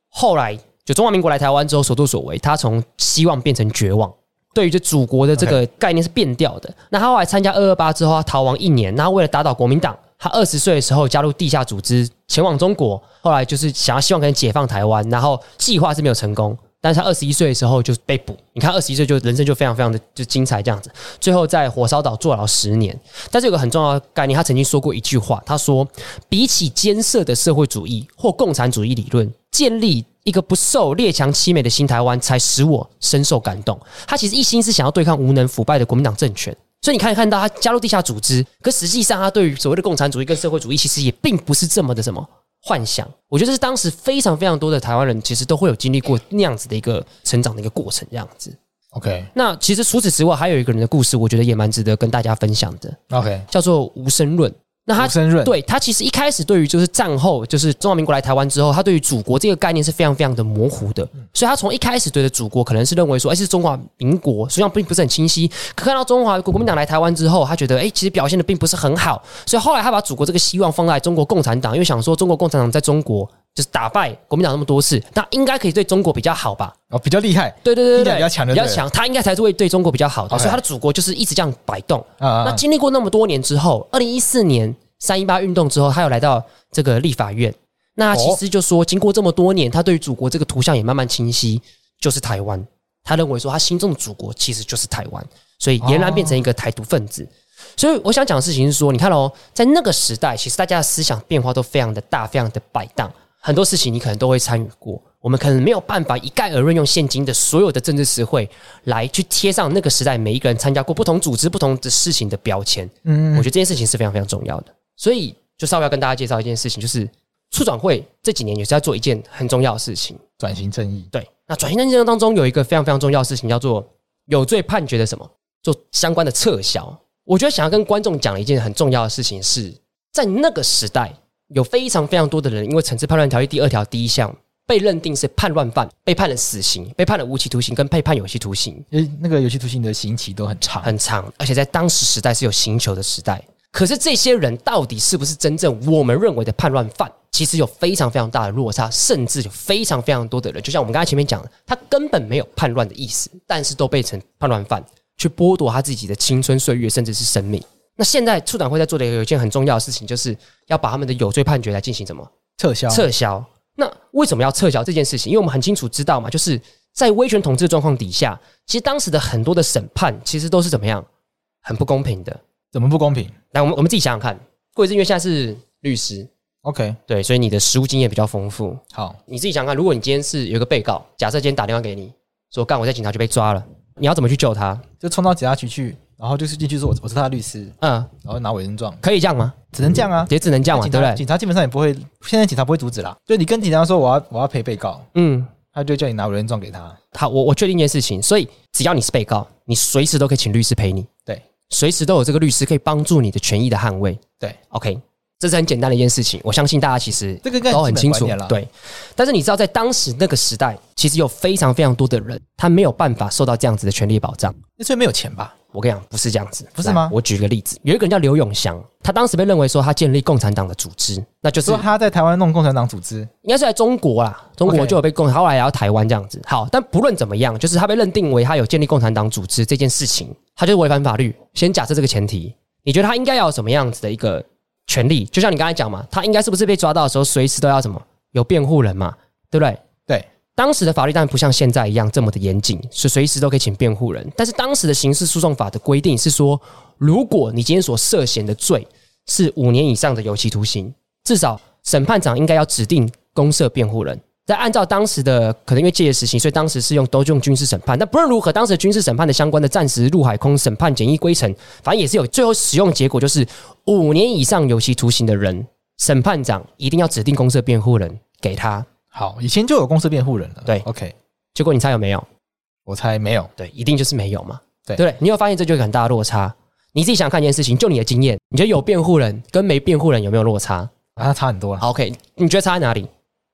[SPEAKER 1] 后来就中华民国来台湾之后所作所为，他从希望变成绝望，对于这祖国的这个概念是变掉的。那他后来参加二二八之后，他逃亡一年，那他为了打倒国民党，他二十岁的时候加入地下组织，前往中国，后来就是想要希望可以解放台湾，然后计划是没有成功。但是他二十一岁的时候就被捕，你看二十一岁就人生就非常非常的就精彩这样子，最后在火烧岛坐牢十年。但是有个很重要的概念，他曾经说过一句话，他说：“比起艰涩的社会主义或共产主义理论，建立一个不受列强欺美的新台湾，才使我深受感动。”他其实一心是想要对抗无能腐败的国民党政权。所以你看看到他加入地下组织，可实际上他对于所谓的共产主义跟社会主义，其实也并不是这么的什么幻想。我觉得这是当时非常非常多的台湾人，其实都会有经历过那样子的一个成长的一个过程，这样子。
[SPEAKER 2] OK
[SPEAKER 1] 那其实除此之外，还有一个人的故事，我觉得也蛮值得跟大家分享的，
[SPEAKER 2] OK，
[SPEAKER 1] 叫做吴声润。那他
[SPEAKER 2] 吴声润
[SPEAKER 1] 对他其实一开始对于就是战后，就是中华民国来台湾之后，他对于祖国这个概念是非常非常的模糊的，所以他从一开始对的祖国可能是认为说，哎、是中华民国，实际上并不是很清晰。可看到中华国民党来台湾之后，他觉得哎、其实表现的并不是很好，所以后来他把祖国这个希望放在中国共产党，因为想说中国共产党在中国就是打败国民党那么多次，那应该可以对中国比较好吧？
[SPEAKER 2] 哦，比较厉害
[SPEAKER 1] 对对对对，
[SPEAKER 2] 力量比较强就
[SPEAKER 1] 比较
[SPEAKER 2] 对了
[SPEAKER 1] 强，他应该才是会对中国比较好的，
[SPEAKER 2] OK
[SPEAKER 1] 所以他的祖国就是一直这样摆动。
[SPEAKER 2] 啊啊。
[SPEAKER 1] 那
[SPEAKER 2] 啊
[SPEAKER 1] 经历过那么多年之后，二零一四年三一八运动之后，他又来到这个立法院。那其实就说，经过这么多年，他对于祖国这个图像也慢慢清晰，就是台湾。他认为说，他心中的祖国其实就是台湾，所以俨然变成一个台独分子。所以我想讲的事情是说，你看哦，在那个时代，其实大家的思想变化都非常的大，非常的摆荡，很多事情你可能都会参与过。我们可能没有办法一概而论，用现今的所有的政治词汇来去贴上那个时代每一个人参加过不同组织、不同的事情的标签。
[SPEAKER 2] 嗯
[SPEAKER 1] 我觉得这件事情是非常非常重要的。所以就稍微要跟大家介绍一件事情，就是促转会这几年也是在做一件很重要的事情。
[SPEAKER 2] 转型正义
[SPEAKER 1] 对，那转型正义当中有一个非常非常重要的事情，叫做有罪判决的什么做相关的撤销。我觉得想要跟观众讲一件很重要的事情是，在那个时代，有非常非常多的人因为《惩治叛乱条例》第二条第一项被认定是叛乱犯，被判了死刑、被判了无期徒刑跟被判有期徒刑，
[SPEAKER 2] 因为那个游戏图形的刑期都很长，
[SPEAKER 1] 很长，而且在当时时代是有刑求的时代。可是这些人到底是不是真正我们认为的叛乱犯？其实有非常非常大的落差，甚至有非常非常多的人，就像我们刚才前面讲的，他根本没有叛乱的意思，但是都被成叛乱犯，去剥夺他自己的青春岁月，甚至是生命。那现在促转会在做的有一件很重要的事情，就是要把他们的有罪判决来进行什么
[SPEAKER 2] 撤销
[SPEAKER 1] 撤销。那为什么要撤销这件事情？因为我们很清楚知道嘛，就是在威权统治的状况底下，其实当时的很多的审判其实都是怎么样，很不公平的。
[SPEAKER 2] 怎么不公平
[SPEAKER 1] 来，我们我们自己想想看，贵志因为现在是律师，
[SPEAKER 2] ？OK，
[SPEAKER 1] 对，所以你的实务经验比较丰富。
[SPEAKER 2] 好，
[SPEAKER 1] 你自己想想看，如果你今天是有一个被告，假设今天打电话给你说，干我在警察局被抓了，你要怎么去救他？
[SPEAKER 2] 就冲到警察局去，然后就是进去说我我是他的律师，
[SPEAKER 1] 嗯，
[SPEAKER 2] 然后拿委任状，
[SPEAKER 1] 可以这样吗？
[SPEAKER 2] 只能这样啊。
[SPEAKER 1] 也只能这样嘛，
[SPEAKER 2] 警
[SPEAKER 1] 对
[SPEAKER 2] 察
[SPEAKER 1] 不对？
[SPEAKER 2] 警察基本上也不会，现在警察不会阻止啦。就你跟警察说我要我要陪被告，
[SPEAKER 1] 嗯，
[SPEAKER 2] 他就叫你拿委任状给他。
[SPEAKER 1] 好，我我确定一件事情，所以只要你是被告，你随时都可以请律师陪你，
[SPEAKER 2] 对，
[SPEAKER 1] 随时都有这个律师可以帮助你的权益的捍卫，
[SPEAKER 2] 对
[SPEAKER 1] ，OK，这是很简单的一件事情，我相信大家其实
[SPEAKER 2] 这个应该
[SPEAKER 1] 都很清
[SPEAKER 2] 基
[SPEAKER 1] 楚
[SPEAKER 2] 本观念啦，
[SPEAKER 1] 对。但是你知道，在当时那个时代，其实有非常非常多的人，他没有办法受到这样子的权利保障。
[SPEAKER 2] 那所以没有钱吧？
[SPEAKER 1] 我跟你讲，不是这样子，
[SPEAKER 2] 不是吗
[SPEAKER 1] 来我举个例子，有一个人叫刘永祥，他当时被认为说他建立共产党的组织，那就是
[SPEAKER 2] 说他在台湾弄共产党组织，
[SPEAKER 1] 应该是在中国啦，中国
[SPEAKER 2] OK
[SPEAKER 1] 就有被共后来也到台湾这样子。好，但不论怎么样，就是他被认定为他有建立共产党组织这件事情，他就是违反法律。先假设这个前提，你觉得他应该要有什么样子的一个权利，就像你刚才讲嘛，他应该是不是被抓到的时候，随时都要什么有辩护人嘛，对不对？
[SPEAKER 2] 对，
[SPEAKER 1] 当时的法律当然不像现在一样这么的严谨，是随时都可以请辩护人。但是当时的刑事诉讼法的规定是说，如果你今天所涉嫌的罪是五年以上的有期徒刑，至少审判长应该要指定公社辩护人。再按照当时的可能因为戒严实行，所以当时是用都用军事审判。但不论如何，当时的军事审判的相关的暂时陆海空审判简易规程，反正也是有最后使用结果就是五年以上有期徒刑的人，审判长一定要指定公社辩护人给他。
[SPEAKER 2] 好，以前就有公司辩护人了。
[SPEAKER 1] 对
[SPEAKER 2] ，OK，
[SPEAKER 1] 结果你猜有没有？
[SPEAKER 2] 我猜没有。
[SPEAKER 1] 对，一定就是没有嘛，
[SPEAKER 2] 对
[SPEAKER 1] 对不对？你有发现这就有很大的落差。你自己想看一件事情，就你的经验，你觉得有辩护人跟没辩护人有没有落差？
[SPEAKER 2] 啊，那差很多了。
[SPEAKER 1] 好，OK，你觉得差在哪里？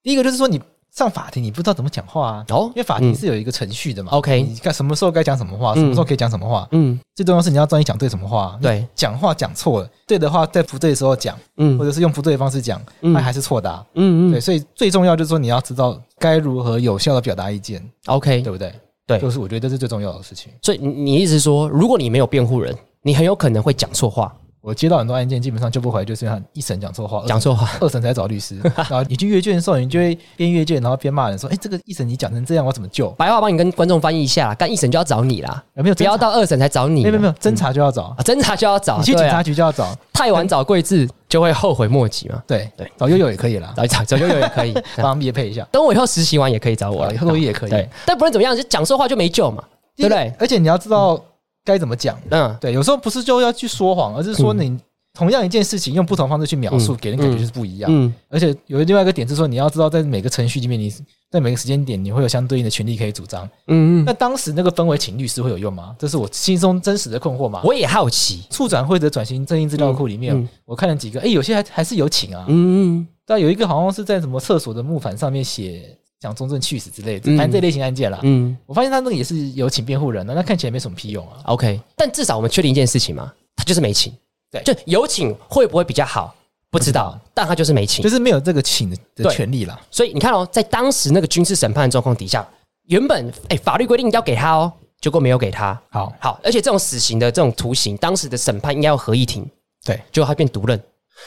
[SPEAKER 2] 第一个就是说，你上法庭你不知道怎么讲话啊，
[SPEAKER 1] 哦
[SPEAKER 2] 因为法庭
[SPEAKER 1] 嗯
[SPEAKER 2] 是有一个程序的嘛。
[SPEAKER 1] OK
[SPEAKER 2] 你该什么时候该讲什么话，什么时候可以讲什么话，
[SPEAKER 1] 嗯，
[SPEAKER 2] 最重要是你要知道你讲对什么话。，
[SPEAKER 1] 对，
[SPEAKER 2] 讲话讲错了，对的话在不对的时候讲，
[SPEAKER 1] 嗯
[SPEAKER 2] 或者是用不对的方式讲，
[SPEAKER 1] 嗯
[SPEAKER 2] 那还是错的啊。
[SPEAKER 1] 嗯
[SPEAKER 2] 对，所以最重要就是说你要知道该如何有效的表达意见，
[SPEAKER 1] ，OK
[SPEAKER 2] 对。不对？
[SPEAKER 1] 嗯对
[SPEAKER 2] 就是我觉得这是最重要的事情。
[SPEAKER 1] 所以你你意思是说，如果你没有辩护人，你很有可能会讲错话，
[SPEAKER 2] 我接到很多案件，基本上救不回来，就是因为他一审讲错话，
[SPEAKER 1] 讲错话。
[SPEAKER 2] 二审才找 律师，然后你去阅卷的时候，你就会边阅卷然后边骂人说：“哎，这个一审你讲成这样，我怎么救
[SPEAKER 1] 白话帮你跟观众翻译一下啦，干一审就要找你啦，？”
[SPEAKER 2] 有没有
[SPEAKER 1] 不要
[SPEAKER 2] 侦查
[SPEAKER 1] 到二审才找你
[SPEAKER 2] 没
[SPEAKER 1] 啦，
[SPEAKER 2] 有没有没有侦查就要找
[SPEAKER 1] 啊，，侦查就要找，
[SPEAKER 2] 你去警
[SPEAKER 1] 对啊
[SPEAKER 2] 察局就要找，
[SPEAKER 1] 太晚找桂智就会后悔莫及嘛，
[SPEAKER 2] 对
[SPEAKER 1] 对
[SPEAKER 2] 找悠悠也可以啦，
[SPEAKER 1] 找一找找悠悠也 可以，对
[SPEAKER 2] 帮他们也配一下，
[SPEAKER 1] 等我以后实习完也可以找我了，
[SPEAKER 2] 哦以后也可以，
[SPEAKER 1] 对，但不论怎么样，就讲错话就没救嘛，对不对？
[SPEAKER 2] 而且你要知道该怎么讲，
[SPEAKER 1] 嗯，
[SPEAKER 2] 对，有时候不是就要去说谎，而是说
[SPEAKER 1] 嗯
[SPEAKER 2] 你同样一件事情用不同方式去描述，
[SPEAKER 1] 嗯
[SPEAKER 2] 给人感觉就是不一样。
[SPEAKER 1] 嗯，
[SPEAKER 2] 而且有另外一个点是说，你要知道在每个程序里面，你在每个时间点你会有相对应的权利可以主张。
[SPEAKER 1] 嗯
[SPEAKER 2] 那
[SPEAKER 1] 嗯，
[SPEAKER 2] 当时那个氛围，请律师会有用吗？这是我心中真实的困惑嘛。
[SPEAKER 1] 我也好奇，
[SPEAKER 2] 促转会的转型正义资料库里面，
[SPEAKER 1] 嗯嗯
[SPEAKER 2] 我看了几个，哎、有些还还是有请啊，
[SPEAKER 1] 嗯嗯
[SPEAKER 2] 但有一个好像是在什么厕所的木板上面写蒋中正去死之类的，
[SPEAKER 1] 嗯
[SPEAKER 2] 反正这类型案件啦。
[SPEAKER 1] 嗯
[SPEAKER 2] 我发现他那个也是有请辩护人的，啊那看起来没什么屁用啊。
[SPEAKER 1] ，OK，但至少我们确定一件事情嘛，他就是没请，
[SPEAKER 2] 对
[SPEAKER 1] 就有请会不会比较好？不知道，但他嗯就是没请
[SPEAKER 2] 就，是没有这个请的的
[SPEAKER 1] 对
[SPEAKER 2] 权利啦，
[SPEAKER 1] 所以你看哦，在当时那个军事审判的状况底下，原本哎法律规定要给他哦，结果没有给他，
[SPEAKER 2] 好，
[SPEAKER 1] 好，而且这种死刑的这种徒刑，当时的审判应该要合议庭，
[SPEAKER 2] 对，
[SPEAKER 1] 结果他变独任。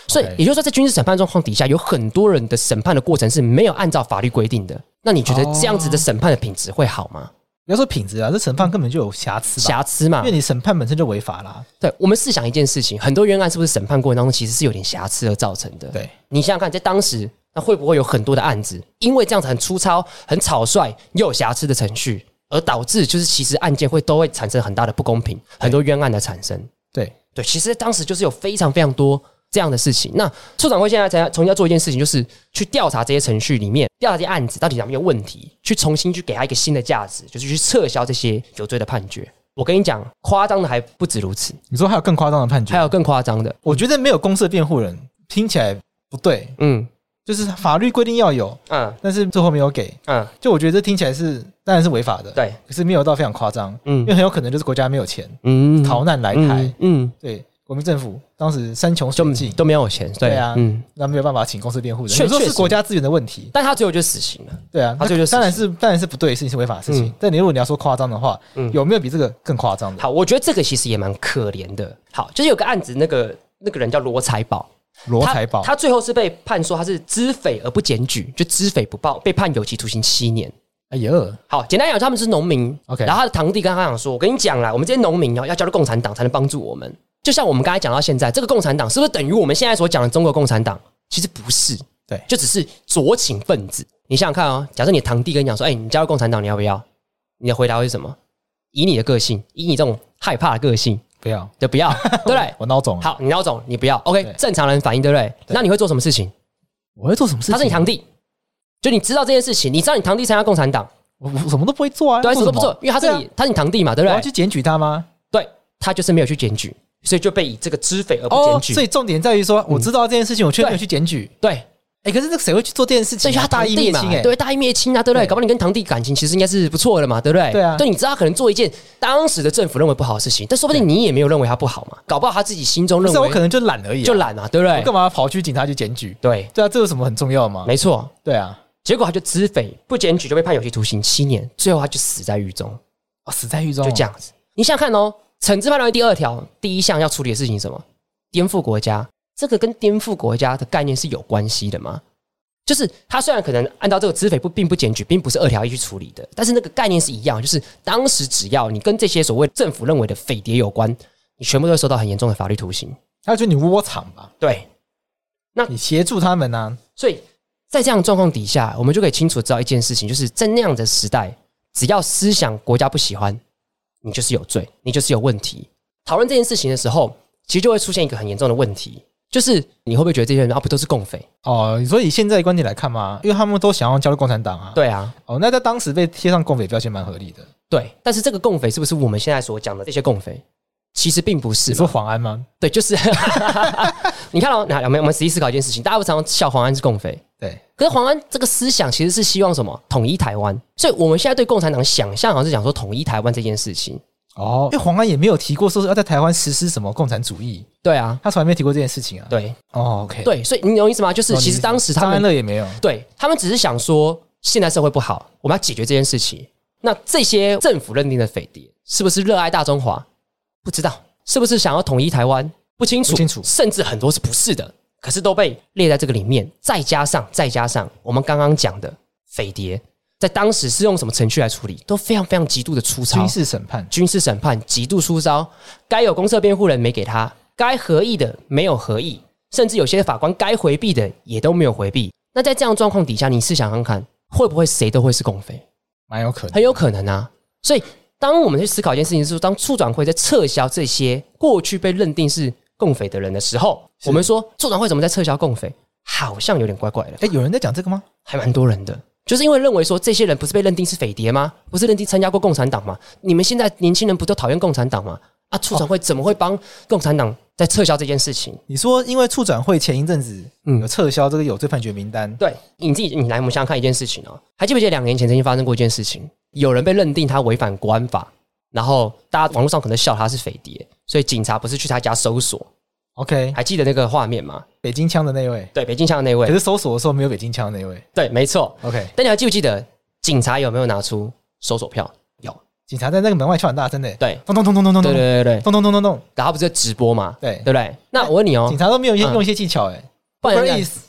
[SPEAKER 1] 所以
[SPEAKER 2] OK
[SPEAKER 1] 也就是说，在军事审判状况底下，有很多人的审判的过程是没有按照法律规定的。那你觉得这样子的审判的品质会好吗？
[SPEAKER 2] 不要说品质啊，这审判根本就有瑕疵啊吧，
[SPEAKER 1] 瑕疵嘛
[SPEAKER 2] 因为？你审判本身就违法啦。
[SPEAKER 1] 对，我们试想一件事情，很多冤案是不是审判过程当中其实是有点瑕疵而造成的？
[SPEAKER 2] 对，
[SPEAKER 1] 你想想看，在当时那会不会有很多的案子，因为这样子很粗糙、很草率又有瑕疵的程序，而导致就是其实案件会都会产生很大的不公平，很多冤案的产生。
[SPEAKER 2] 对，
[SPEAKER 1] 对，其实当时就是有非常非常多这样的事情。那处长会现在才重新要做一件事情，就是去调查这些程序里面，调查这些案子到底有没有问题，去重新去给他一个新的价值，就是去撤销这些有罪的判决。我跟你讲，夸张的还不止如此，
[SPEAKER 2] 你说还有更夸张的判决？
[SPEAKER 1] 还有更夸张的。
[SPEAKER 2] 我觉得没有公社辩护人听起来不对，
[SPEAKER 1] 嗯
[SPEAKER 2] 就是法律规定要有，
[SPEAKER 1] 嗯
[SPEAKER 2] 但是最后没有给，
[SPEAKER 1] 嗯，
[SPEAKER 2] 就我觉得这听起来是当然是违法的，，
[SPEAKER 1] 对，
[SPEAKER 2] 可是没有到非常夸张，因为
[SPEAKER 1] 嗯
[SPEAKER 2] 很有可能就是国家没有钱，
[SPEAKER 1] 嗯
[SPEAKER 2] 逃难来台，
[SPEAKER 1] 嗯嗯，
[SPEAKER 2] 对，国民政府当时山穷水
[SPEAKER 1] 就
[SPEAKER 2] 尽，
[SPEAKER 1] 都没有钱，对
[SPEAKER 2] 对啊
[SPEAKER 1] 嗯，
[SPEAKER 2] 那没有办法请公司辩护人，
[SPEAKER 1] 确
[SPEAKER 2] 有时候
[SPEAKER 1] 确
[SPEAKER 2] 是
[SPEAKER 1] 实
[SPEAKER 2] 国家资源的问题，
[SPEAKER 1] 但他最后就死刑了。
[SPEAKER 2] 对啊，
[SPEAKER 1] 啊这
[SPEAKER 2] 那
[SPEAKER 1] 就是
[SPEAKER 2] 当然是当然是不对的事情，是违法的事情，
[SPEAKER 1] 嗯
[SPEAKER 2] 但你如果你要说夸张的话，有没有比这个更夸张的？
[SPEAKER 1] 好，我觉得这个其实也蛮可怜的。好，就是有个案子，那个那个人叫罗财宝，
[SPEAKER 2] 罗财宝
[SPEAKER 1] 他，他最后是被判说他是知匪而不检举，就知匪不报，被判有期徒刑七年。
[SPEAKER 2] 哎呦，
[SPEAKER 1] 好，简单讲，他们是农民。
[SPEAKER 2] OK
[SPEAKER 1] 然后他的堂弟跟他讲说：“我跟你讲啦，我们这些农民哦，要加入共产党才能帮助我们。就像我们刚才讲到现在，这个共产党是不是等于我们现在所讲的中国共产党？
[SPEAKER 2] 嗯
[SPEAKER 1] 其实不是，
[SPEAKER 2] 对
[SPEAKER 1] 就只是左倾分子。你想想看哦，假设你的堂弟跟你讲说：‘哎、你加入共产党，你要不要？’你的回答会是什么？以你的个性，以你这种害怕的个性，
[SPEAKER 2] 不要，
[SPEAKER 1] 就不要，对不对？
[SPEAKER 2] 我孬种了，
[SPEAKER 1] 好，你老总，你不要。OK，
[SPEAKER 2] 哦对
[SPEAKER 1] 正常人反应对不对？那你会做什么事情？
[SPEAKER 2] 我会做什么事情？啊
[SPEAKER 1] 他是你堂弟，就你知道这件事情，你知道你堂弟参加共产党，
[SPEAKER 2] 我我什么都不会做啊，
[SPEAKER 1] 对，什么都不
[SPEAKER 2] 做
[SPEAKER 1] 做，因为他是你，他是你堂弟嘛，对
[SPEAKER 2] 对
[SPEAKER 1] 不
[SPEAKER 2] 啊，我要
[SPEAKER 1] 对？
[SPEAKER 2] 去检举他吗？
[SPEAKER 1] 对，他就是没有去检举，所以就被以这个知匪而不
[SPEAKER 2] 哦
[SPEAKER 1] 检，举。嗯
[SPEAKER 2] 所以重点在于说，我知道这件事情，我却没有
[SPEAKER 1] 对
[SPEAKER 2] 去检举。
[SPEAKER 1] 对，
[SPEAKER 2] 哎，可是这个谁会去做这件事
[SPEAKER 1] 所
[SPEAKER 2] 情
[SPEAKER 1] 以
[SPEAKER 2] 啊？
[SPEAKER 1] 他堂
[SPEAKER 2] 大义
[SPEAKER 1] 弟
[SPEAKER 2] 灭
[SPEAKER 1] 嘛
[SPEAKER 2] 亲，哎，
[SPEAKER 1] 对，大义灭亲啊，对不对？搞不好你跟堂弟感情其实应该是不错的嘛，对不对？
[SPEAKER 2] 对啊
[SPEAKER 1] 对，你知道他可能做一件当时的政府认为不好的事情，但说不定你也没有认为他不好嘛，搞不好他自己心中
[SPEAKER 2] 不
[SPEAKER 1] 认
[SPEAKER 2] 是我可
[SPEAKER 1] 为
[SPEAKER 2] 能就懒而已啊，
[SPEAKER 1] 就懒嘛，对不
[SPEAKER 2] 我干
[SPEAKER 1] 对？
[SPEAKER 2] 嘛跑去警察局检举？
[SPEAKER 1] 对，
[SPEAKER 2] 对啊，这有什么很重要吗？
[SPEAKER 1] 没错。
[SPEAKER 2] 对啊，
[SPEAKER 1] 结果他就知匪不检举就被判有期徒刑七年，最后他就死在狱中。
[SPEAKER 2] 哦死在狱中，
[SPEAKER 1] 就这，样子。你想想看哦，惩治判断第二条第一项要处理的事情是什么？颠覆国家、这个跟颠覆国家的概念是有关系的吗？就是他虽然可能按照这个知匪不并不检举，并不是二条一去处理的，但是那个概念是一样，就是当时只要你跟这些所谓政府认为的匪谍有关，你全部都会受到很严重的法律徒刑。
[SPEAKER 2] 他觉得你窝藏吧，
[SPEAKER 1] 对，
[SPEAKER 2] 你协助他们啊呐、
[SPEAKER 1] 所以在这样的状况底下，我们就可以清楚知道一件事情，就是在那样的时代，只要思想国家不喜欢，你就是有罪，你就是有问题。讨论这件事情的时候，其实就会出现一个很严重的问题，就是你会不会觉得这些人啊不都是共匪？
[SPEAKER 2] 哦，所以以现在的观点来看嘛，因为他们都想要加入共产党啊。，
[SPEAKER 1] 对啊，
[SPEAKER 2] 哦，那在当时被贴上共匪标签蛮合理的。
[SPEAKER 1] 对。但是这个共匪是不是我们现在所讲的这些共匪？其实并不是
[SPEAKER 2] 你
[SPEAKER 1] 嘛，
[SPEAKER 2] 说黄安吗？
[SPEAKER 1] 对，就是 你看哦，那我们我们仔细思考一件事情，大家不常常笑黄安是共匪，
[SPEAKER 2] 对，
[SPEAKER 1] 可是黄安这个思想其实是希望什么统一台湾，所以我们现在对共产党想象好像是讲说统一台湾这件事情。
[SPEAKER 2] 哦，因为黄安也没有提过说是要在台湾实施什么共产主义，
[SPEAKER 1] 对啊，
[SPEAKER 2] 他从来没提过这件事情啊。，
[SPEAKER 1] 对
[SPEAKER 2] 哦，OK，，哦
[SPEAKER 1] 对，所以哦你懂意思吗？就是其实当时他
[SPEAKER 2] 张安
[SPEAKER 1] 们
[SPEAKER 2] 乐也没有。
[SPEAKER 1] 对他们只是想说，现在社会不好，我们要解决这件事情。那这些政府认定的匪谍是不是热爱大中华？不知道，是不是想要统一台湾？不清楚，
[SPEAKER 2] 不清楚
[SPEAKER 1] 甚至很多是不是的，可是都被列在这个里面。再加上，再加上我们刚刚讲的匪谍，在当时是用什么程序来处理，都非常非常极度的粗糙
[SPEAKER 2] 军。事审判，
[SPEAKER 1] 军事审判极度粗糙，该有公社辩护人没给他，该合议的没有合议，甚至有些法官该回避的也都没有回避。那在这样的状况底下，你试想看看，会不会谁都会是共匪？
[SPEAKER 2] 蛮有可能。
[SPEAKER 1] 很有可能啊。所以，当我们去思考一件事情的时候，当促转会在撤销这些过去被认定是共匪的人的时候，
[SPEAKER 2] 是
[SPEAKER 1] 我们说促转会怎么在撤销共匪，好像有点怪怪的。
[SPEAKER 2] 哎，有人在讲这个吗？
[SPEAKER 1] 还蛮多人的，就是因为认为说这些人不是被认定是匪谍吗？不是认定参加过共产党吗？你们现在年轻人不都讨厌共产党吗？啊，促转会怎么会帮共产党在撤销这件事情？
[SPEAKER 2] 你说，因为促转会前一阵子
[SPEAKER 1] 嗯
[SPEAKER 2] 有撤销这个有罪判决名单，
[SPEAKER 1] 对你自己，你来，我们想想看一件事情哦，还记不记得两年前曾经发生过一件事情，有人被认定他违反国安法，然后大家网络上可能笑他是匪谍，所以警察不是去他家搜索，
[SPEAKER 2] OK，
[SPEAKER 1] 还记得那个画面吗？
[SPEAKER 2] 北京腔的那位，
[SPEAKER 1] 对，北京巷的那
[SPEAKER 2] 可
[SPEAKER 1] 位，
[SPEAKER 2] 是搜索的时候没有北京腔的那位。
[SPEAKER 1] 对，没错。
[SPEAKER 2] OK，
[SPEAKER 1] 但你还记不记得警察有没有拿出搜索票？有，
[SPEAKER 2] 警察在那个门外敲很大声的，
[SPEAKER 1] 对，
[SPEAKER 2] 咚咚咚咚咚咚
[SPEAKER 1] 对对
[SPEAKER 2] 咚
[SPEAKER 1] 对对对，
[SPEAKER 2] 咚咚咚咚咚，
[SPEAKER 1] 然后不是直播嘛，
[SPEAKER 2] 对哎
[SPEAKER 1] 对不对？那我问你哦
[SPEAKER 2] 警，察都没有用
[SPEAKER 1] 嗯
[SPEAKER 2] 用一些技巧，哎，
[SPEAKER 1] 不
[SPEAKER 2] 不好
[SPEAKER 1] 然
[SPEAKER 2] 意
[SPEAKER 1] 你
[SPEAKER 2] 思，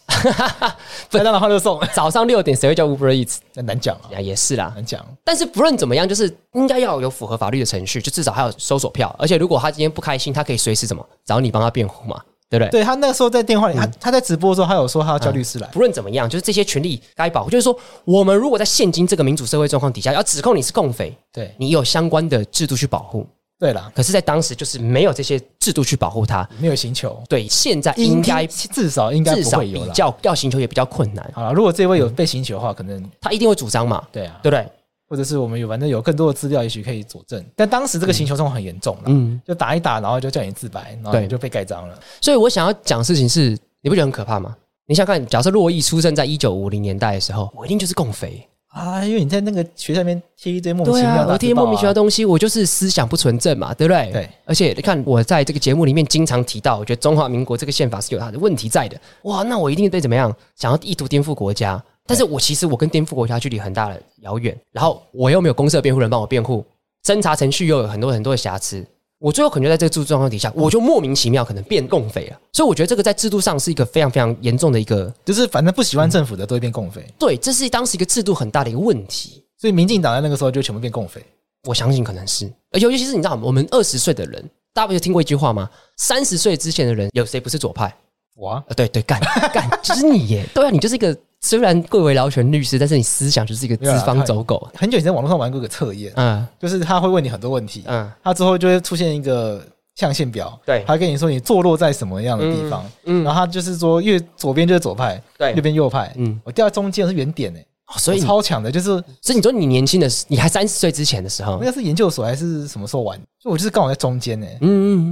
[SPEAKER 2] 麦当劳欢乐颂，
[SPEAKER 1] 早上六点谁会叫 Uber Eats
[SPEAKER 2] 那难讲啊，
[SPEAKER 1] 啊？也是啦，
[SPEAKER 2] 难讲。
[SPEAKER 1] 但是不论怎么样，就是应该要有符合法律的程序，就至少还有搜索票。而且如果他今天不开心，他可以随时怎么找你帮他辩护嘛，对不对？
[SPEAKER 2] 对他那个时候在电
[SPEAKER 1] 嗯
[SPEAKER 2] 话里，他他在直播的时候，他有说他要叫律师来，
[SPEAKER 1] 不论怎么样，就是这些权利该保护。就是说，我们如果在现今这个民主社会状况底下要指控你是共匪，
[SPEAKER 2] 对
[SPEAKER 1] 你有相关的制度去保护。
[SPEAKER 2] 对啦，
[SPEAKER 1] 可是，在当时就是没有这些制度去保护他。
[SPEAKER 2] 没有刑求，
[SPEAKER 1] 对，现在应该
[SPEAKER 2] 至少应该
[SPEAKER 1] 至
[SPEAKER 2] 不
[SPEAKER 1] 少
[SPEAKER 2] 会
[SPEAKER 1] 比
[SPEAKER 2] 有啦。
[SPEAKER 1] 较要寻求也比较困难，
[SPEAKER 2] 好了，如果这位有被刑求的话，可能
[SPEAKER 1] 他一定会主张嘛，
[SPEAKER 2] 对啊，
[SPEAKER 1] 对不对？
[SPEAKER 2] 或者是我们有反正有更多的资料，也许可以佐证。但当时这个刑求状况很严重了，
[SPEAKER 1] 嗯，
[SPEAKER 2] 就打一打，然后就叫你自白，然后
[SPEAKER 1] 对
[SPEAKER 2] 你就被盖章了。
[SPEAKER 1] 所以我想要讲的事情是，你不觉得很可怕吗？你想想看，假设洛伊出生在一九五零年代的时候，我一定就是共匪，
[SPEAKER 2] 啊，因为你在那个学校里面贴一堆莫名其
[SPEAKER 1] 对
[SPEAKER 2] 妙的大字
[SPEAKER 1] 啊，
[SPEAKER 2] 报啊，
[SPEAKER 1] 我贴莫名其妙的东西，我就是思想不纯正嘛，对不对？
[SPEAKER 2] 对。
[SPEAKER 1] 而且你看，我在这个节目里面经常提到，我觉得中华民国这个宪法是有它的问题在的。哇，那我一定被怎么样？想要意图颠覆国家，但是我其实我跟颠覆国家距离很大的遥远，然后我又没有公社辩护人帮我辩护，侦查程序又有很多很多的瑕疵。我最后可能就在这个状况底下，我就莫名其妙可能变共匪了，所以我觉得这个在制度上是一个非常非常严重的一个
[SPEAKER 2] 就是反正不喜欢政府的都会变共匪，
[SPEAKER 1] 对，这是当时一个制度很大的一个问题。
[SPEAKER 2] 所以民进党在那个时候就全部变共匪。
[SPEAKER 1] 我相信可能是，而尤其是你知道，我们二十岁的人，大家不是听过一句话吗？三十岁之前的人，有谁不是左派？
[SPEAKER 2] 哇，
[SPEAKER 1] 呃，对对，干干就是你耶，对啊，你就是一个虽然贵为劳权律师，但是你思想就是一个
[SPEAKER 2] 没有
[SPEAKER 1] 资
[SPEAKER 2] 啦
[SPEAKER 1] 方走狗。
[SPEAKER 2] 很久以前在网络上玩过一个测验，
[SPEAKER 1] 嗯
[SPEAKER 2] 就是他会问你很多问题，
[SPEAKER 1] 嗯
[SPEAKER 2] 他之后就会出现一个象限表，
[SPEAKER 1] 对
[SPEAKER 2] 他跟你说你坐落在什么样的地方，
[SPEAKER 1] 嗯
[SPEAKER 2] 然后他就是说越左边就是左派，
[SPEAKER 1] 对
[SPEAKER 2] 右边右派，
[SPEAKER 1] 嗯
[SPEAKER 2] 我掉在中间是原点哎，
[SPEAKER 1] 哦所以
[SPEAKER 2] 我
[SPEAKER 1] 你
[SPEAKER 2] 超强的，就是
[SPEAKER 1] 所以你说你年轻的时，你还三十岁之前的时候
[SPEAKER 2] 那，个是研究所还是什么时候玩，就我就是刚好在中间哎，
[SPEAKER 1] 嗯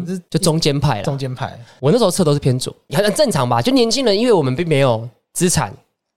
[SPEAKER 1] 嗯
[SPEAKER 2] 就是
[SPEAKER 1] 嗯，就中间派了
[SPEAKER 2] 中。间派，
[SPEAKER 1] 我那时候测都是偏左，也很正常吧？就年轻人，因为我们并没有资产，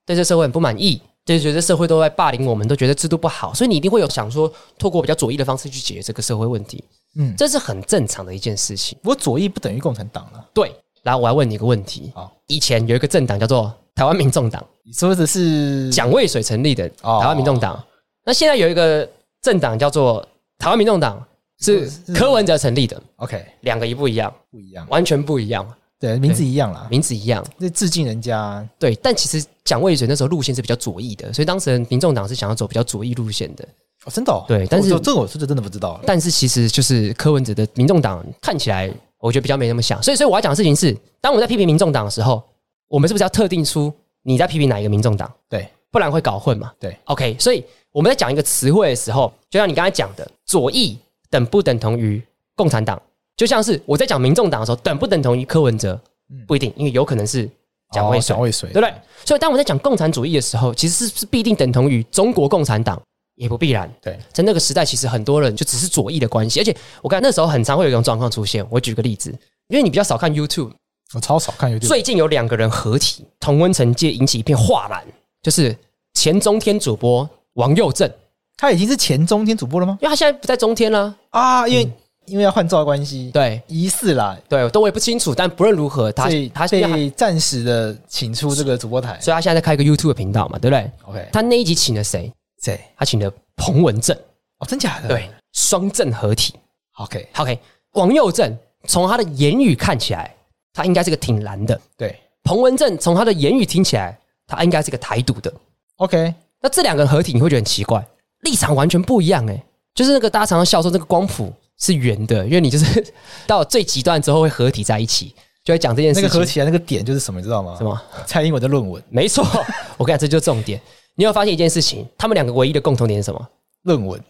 [SPEAKER 1] 对这社会很不满意，对觉得社会都在霸凌我们，都觉得制度不好，所以你一定会有想说，透过比较左翼的方式去解决这个社会问题。
[SPEAKER 2] 嗯，
[SPEAKER 1] 这是很正常的一件事情。
[SPEAKER 2] 不过左翼不等于共产党啊了，
[SPEAKER 1] 对，然后我要问你一个问题
[SPEAKER 2] 好。
[SPEAKER 1] 以前有一个政党叫做台湾民众党，
[SPEAKER 2] 你说的是
[SPEAKER 1] 蒋渭水成立的
[SPEAKER 2] 哦
[SPEAKER 1] 台湾民众党。那现在有一个政党叫做台湾民众党，是
[SPEAKER 2] 是
[SPEAKER 1] 柯文哲成立的，
[SPEAKER 2] OK
[SPEAKER 1] 两个一不一样，
[SPEAKER 2] 不一样，
[SPEAKER 1] 完全不一样。
[SPEAKER 2] 对，名字一样啦，
[SPEAKER 1] 名字一样。
[SPEAKER 2] 这致敬人家，
[SPEAKER 1] 对，但其实蒋渭水那时候路线是比较左翼的，所以当时民众党是想要走比较左翼路线的。
[SPEAKER 2] 哦，真的、哦，
[SPEAKER 1] 对但是
[SPEAKER 2] 这这个我是真的不知道了。
[SPEAKER 1] 但是其实就是柯文哲的民众党看起来，我觉得比较没那么想。所以，所以我要讲的事情是，当我们在批评民众党的时候，我们是不是要特定出你在批评哪一个民众党？
[SPEAKER 2] 对
[SPEAKER 1] 不然会搞混嘛。
[SPEAKER 2] 对
[SPEAKER 1] ，OK，所以我们在讲一个词汇的时候，就像你刚才讲的，左翼等不等同于共产党，就像是我在讲民众党的时候，等不等同于柯文哲
[SPEAKER 2] 嗯，
[SPEAKER 1] 不一定，因为有可能是蒋
[SPEAKER 2] 哦
[SPEAKER 1] 渭水，
[SPEAKER 2] 蒋渭水，
[SPEAKER 1] 对不对？所以当我们在讲共产主义的时候，其实是是必定等同于中国共产党，也不必然。
[SPEAKER 2] 对，
[SPEAKER 1] 在那个时代，其实很多人就只是左翼的关系，而且我看那时候很常会有一种状况出现。我举个例子，因为你比较少看 YouTube，
[SPEAKER 2] 我超少看 YouTube，
[SPEAKER 1] 最近有两个人合体，同温层界引起一片哗然，就是前中天主播王佑正，
[SPEAKER 2] 他已经是前中天主播了吗？
[SPEAKER 1] 因为他现在不在中天啦、
[SPEAKER 2] 啊，因为、因为要换照的关系，
[SPEAKER 1] 对
[SPEAKER 2] 疑似啦，
[SPEAKER 1] 对，都我也不清楚，但不论如何，他
[SPEAKER 2] 所以
[SPEAKER 1] 他所以
[SPEAKER 2] 被暂时的请出这个主播台。
[SPEAKER 1] 他现在在开一个 YouTube 频道嘛，对不对？
[SPEAKER 2] OK，
[SPEAKER 1] 他那一集请了谁？
[SPEAKER 2] 谁？
[SPEAKER 1] 他请了彭文正，
[SPEAKER 2] 哦，真假的？
[SPEAKER 1] 对，双正合体。
[SPEAKER 2] ，OK，
[SPEAKER 1] OK，王佑正从他的言语看起来，他应该是个挺蓝的；
[SPEAKER 2] 对
[SPEAKER 1] 彭文正从他的言语听起来，他应该是个台独的。
[SPEAKER 2] ，OK，
[SPEAKER 1] 那这两个人合体，你会觉得很奇怪，立场完全不一样哎、就是那个大家常常笑说这个光谱是圆的，因为你就是到最极端之后会合体在一起，就会讲这件事
[SPEAKER 2] 那
[SPEAKER 1] 情。
[SPEAKER 2] 个合起来那个点就是什么，你知道吗
[SPEAKER 1] 什？么？
[SPEAKER 2] 蔡英文的论文，
[SPEAKER 1] 没错， 我跟你讲，这就是重点。你有没有发现一件事情，他们两个唯一的共同点是什么？
[SPEAKER 2] 论文，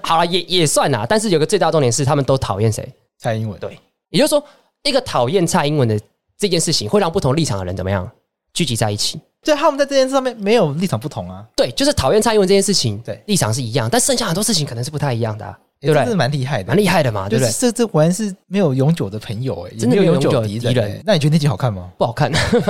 [SPEAKER 1] 好了，也也算啦，但是有个最大重点是，他们都讨厌谁？
[SPEAKER 2] 蔡英文，
[SPEAKER 1] 对也就是说，一个讨厌蔡英文的这件事情，会让不同立场的人怎么样聚集在一起？
[SPEAKER 2] 就他们在这件事上面没有立场不同啊，
[SPEAKER 1] 对，就是讨厌蔡英文这件事情，
[SPEAKER 2] 对
[SPEAKER 1] 立场是一样，但剩下很多事情可能是不太一样的啊、
[SPEAKER 2] 也
[SPEAKER 1] 对不
[SPEAKER 2] 真是
[SPEAKER 1] 对？
[SPEAKER 2] 蛮厉害的，
[SPEAKER 1] 蛮厉害的嘛，对
[SPEAKER 2] 就
[SPEAKER 1] 不
[SPEAKER 2] 是
[SPEAKER 1] 对？
[SPEAKER 2] 这这果然是没有永久的朋友哎、也
[SPEAKER 1] 真的没有
[SPEAKER 2] 永
[SPEAKER 1] 永久
[SPEAKER 2] 久
[SPEAKER 1] 的
[SPEAKER 2] 敌
[SPEAKER 1] 敌
[SPEAKER 2] 人、
[SPEAKER 1] 人
[SPEAKER 2] 哎那你觉得那集好看吗？
[SPEAKER 1] 不好看，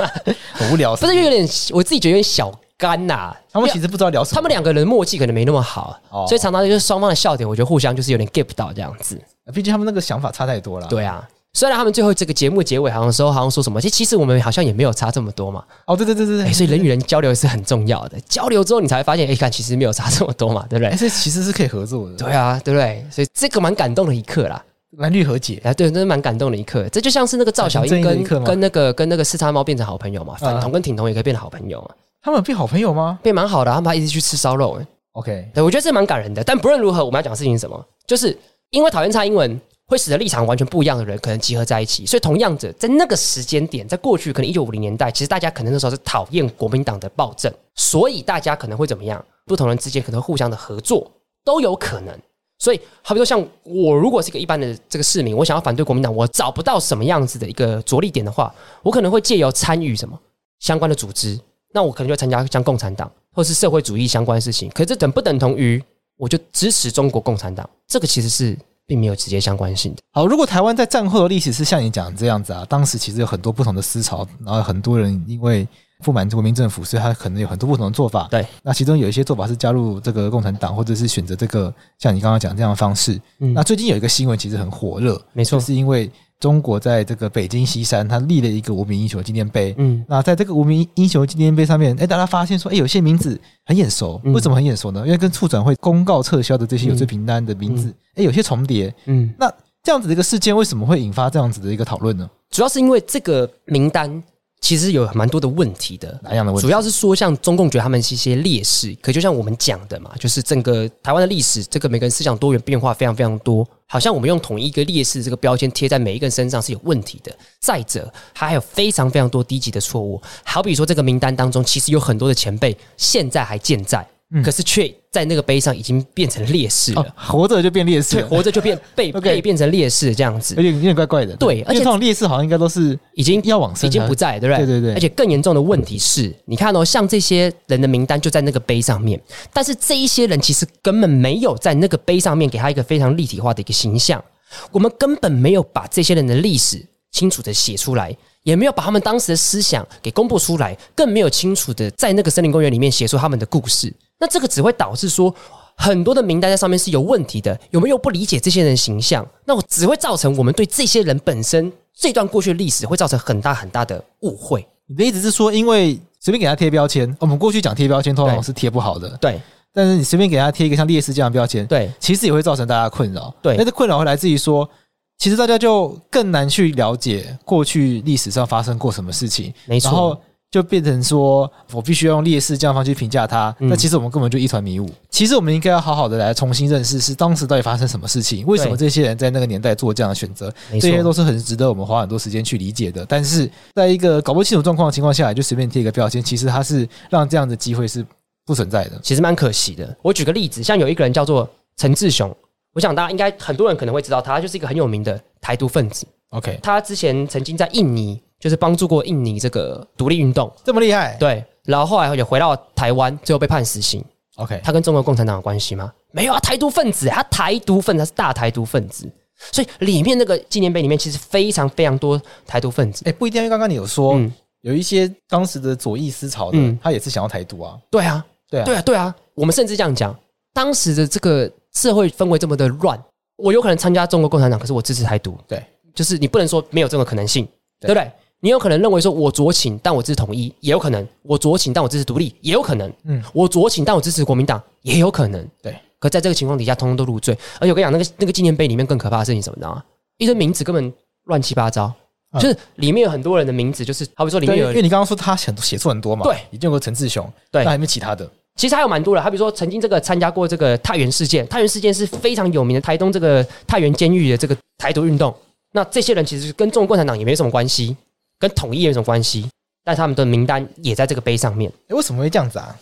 [SPEAKER 2] 很无聊，
[SPEAKER 1] 不是因为有点，我自己觉得有点小干呐、
[SPEAKER 2] 他们
[SPEAKER 1] 因为
[SPEAKER 2] 其实不知道聊什么，
[SPEAKER 1] 他们两个人默契可能没那么好，
[SPEAKER 2] 哦
[SPEAKER 1] 所以常常就是双方的笑点，我觉得互相就是有点 get 不到这样子。
[SPEAKER 2] 毕竟他们那个想法差太多了。，
[SPEAKER 1] 对啊，虽然他们最后这个节目结尾好像说好像说什么，其实其实我们好像也没有差这么多嘛。
[SPEAKER 2] 哦，对对对对对，
[SPEAKER 1] 哎、所以人与人交流是很重要的，交流之后你才会发现，哎、看其实没有差这么多嘛，对不对
[SPEAKER 2] 哎，？这其实是可以合作的，
[SPEAKER 1] 对啊，对不对？所以这个蛮感动的一刻啦，
[SPEAKER 2] 蓝绿和解，
[SPEAKER 1] 啊，对，真的蛮感动的一刻。这就像是那个赵小
[SPEAKER 2] 反
[SPEAKER 1] 英
[SPEAKER 2] 同正义的
[SPEAKER 1] 跟
[SPEAKER 2] 一刻吗啊
[SPEAKER 1] 跟那个跟那个四叉猫变成好朋友嘛，反同跟挺同也可以变成好朋友嘛，
[SPEAKER 2] 他们有变好朋友吗
[SPEAKER 1] 变蛮好的啊。他们还一直去吃烧肉，哎
[SPEAKER 2] ？OK，
[SPEAKER 1] 对我觉得这蛮感人的。但不论如何，我们要讲的事情是什么？就是因为讨厌蔡英文，会使得立场完全不一样的人可能集合在一起。所以同样的，在那个时间点，在过去可能一九五零年代，其实大家可能那时候是讨厌国民党的暴政，所以大家可能会怎么样？不同人之间可能会互相的合作，都有可能。所以，好比说，像我如果是一个一般的这个市民，我想要反对国民党，我找不到什么样子的一个着力点的话，我可能会借由参与什么相关的组织，那我可能就参加像共产党或是社会主义相关的事情。可是这等不等同于我就支持中国共产党？这个其实是并没有直接相关性的。
[SPEAKER 2] 好，如果台湾在战后的历史是像你讲的这样子啊，当时其实有很多不同的思潮，然后很多人因为不满国民政府，所以他可能有很多不同的做法。
[SPEAKER 1] 对，
[SPEAKER 2] 那其中有一些做法是加入这个共产党，或者是选择这个像你刚刚讲这样的方式。
[SPEAKER 1] 嗯
[SPEAKER 2] 那最近有一个新闻其实很火热，
[SPEAKER 1] 没错
[SPEAKER 2] 就，是因为中国在这个北京西山，它立了一个无名英雄纪念碑。
[SPEAKER 1] 嗯，
[SPEAKER 2] 那在这个无名英雄纪念碑上面，哎，大家发现说，哎，有些名字很眼熟，
[SPEAKER 1] 嗯
[SPEAKER 2] 为什么很眼熟呢？因为跟促转会公告撤销的这些有罪名单的名字，哎，有些重叠。
[SPEAKER 1] 嗯，
[SPEAKER 2] 那这样子的一个事件，为什么会引发这样子的一个讨论呢？
[SPEAKER 1] 主要是因为这个名单其实有蛮多的问题的。
[SPEAKER 2] 哪样的问题？
[SPEAKER 1] 主要是说，像中共觉得他们是一些劣势，可就像我们讲的嘛，就是整个台湾的历史，这个每个人思想多元变化非常非常多，好像我们用统一一个劣势这个标签贴在每一个人身上是有问题的。再者，它还有非常非常多低级的错误，好比说这个名单当中，其实有很多的前辈现在还健在，
[SPEAKER 2] 嗯
[SPEAKER 1] 可是却在那个碑上已经变成劣势了，
[SPEAKER 2] 哦，活着就变烈士
[SPEAKER 1] 对，
[SPEAKER 2] 了，
[SPEAKER 1] 活着就变被
[SPEAKER 2] OK
[SPEAKER 1] 被变成劣势这样子
[SPEAKER 2] 有，点有点怪怪的。
[SPEAKER 1] 对
[SPEAKER 2] 因为
[SPEAKER 1] 而且
[SPEAKER 2] 这种烈士好像应该都是
[SPEAKER 1] 已经
[SPEAKER 2] 要往
[SPEAKER 1] 已
[SPEAKER 2] 生啊，
[SPEAKER 1] 经不在，对不对？
[SPEAKER 2] 对对对
[SPEAKER 1] 而且更严重的问题是，你看哦，像这些人的名单就在那个碑上面，但是这一些人其实根本没有在那个碑上面给他一个非常立体化的一个形象，我们根本没有把这些人的历史清楚的写出来。也没有把他们当时的思想给公布出来，更没有清楚的在那个森林公园里面写出他们的故事。那这个只会导致说，很多的名单在上面是有问题的，有没有不理解这些人形象？那我只会造成我们对这些人本身这段过去的历史会造成很大很大的误会。
[SPEAKER 2] 你的意思是说，因为随便给他贴标签，我们过去讲贴标签通常是贴不好的，
[SPEAKER 1] 对
[SPEAKER 2] 但是你随便给他贴一个像烈士这样的标签，
[SPEAKER 1] 对
[SPEAKER 2] 其实也会造成大家困扰。
[SPEAKER 1] 对
[SPEAKER 2] 那这困扰会来自于说，其实大家就更难去了解过去历史上发生过什么事情，
[SPEAKER 1] 没错
[SPEAKER 2] 然后就变成说我必须要用烈士这样的方式去评价他，
[SPEAKER 1] 嗯
[SPEAKER 2] 那其实我们根本就一团迷雾。其实我们应该要好好的来重新认识，是当时到底发生什么事情，为什么这些人在那个年代做这样的选择，
[SPEAKER 1] 没
[SPEAKER 2] 这些都
[SPEAKER 1] 错，
[SPEAKER 2] 是很值得我们花很多时间去理解的。但是在一个搞不清楚状况的情况下，就随便贴一个标签，其实它是让这样的机会是不存在的。
[SPEAKER 1] 其实蛮可惜的。我举个例子，像有一个人叫做陈志雄，我想大家应该很多人可能会知道他，他就是一个很有名的台独分子。
[SPEAKER 2] OK，
[SPEAKER 1] 他之前曾经在印尼就是帮助过印尼这个独立运动，
[SPEAKER 2] 这么厉害。
[SPEAKER 1] 对，然后后来也回到台湾，最后被判死刑。
[SPEAKER 2] OK，
[SPEAKER 1] 他跟中国共产党有关系吗？没有啊，台独分子，他台独分子，他是大台独分子，所以里面那个纪念碑里面其实非常非常多台独分子。
[SPEAKER 2] 哎、不一定，因为刚刚你有说、
[SPEAKER 1] 嗯，
[SPEAKER 2] 有一些当时的左翼思潮的，
[SPEAKER 1] 嗯
[SPEAKER 2] 他也是想要台独啊。
[SPEAKER 1] 对啊，
[SPEAKER 2] 对啊，
[SPEAKER 1] 对啊，对啊，我们甚至这样讲，当时的这个社会氛围这么的乱，我有可能参加中国共产党，可是我支持台独。
[SPEAKER 2] 对，
[SPEAKER 1] 就是你不能说没有这个可能性，对
[SPEAKER 2] 对
[SPEAKER 1] 不对？你有可能认为说我左倾，但我支持统一，也有可能；我左倾，但我支持独立，也有可能；
[SPEAKER 2] 嗯
[SPEAKER 1] 我左倾，但我支持国民党，也有可能。
[SPEAKER 2] 对，
[SPEAKER 1] 可在这个情况底下，通通都入罪。而且我跟你讲，那个那个纪念碑里面更可怕的事情是什么，你知道吗？一堆名字根本乱七八糟，
[SPEAKER 2] 嗯
[SPEAKER 1] 就是里面有很多人的名字，就是好比说里面
[SPEAKER 2] 对，
[SPEAKER 1] 有
[SPEAKER 2] 因为你刚刚说他很多写作很多嘛，
[SPEAKER 1] 对，
[SPEAKER 2] 一定有个陈志雄，
[SPEAKER 1] 对
[SPEAKER 2] 那还有没有其他的？
[SPEAKER 1] 其实还有蛮多的，他比如说曾经这个参加过这个太原事件，太原事件是非常有名的台东这个太原监狱的这个台独运动。那这些人其实跟中国共产党也没什么关系，跟统一也没什么关系，但他们的名单也在这个碑上面。
[SPEAKER 2] 哎，为什么会这样子啊？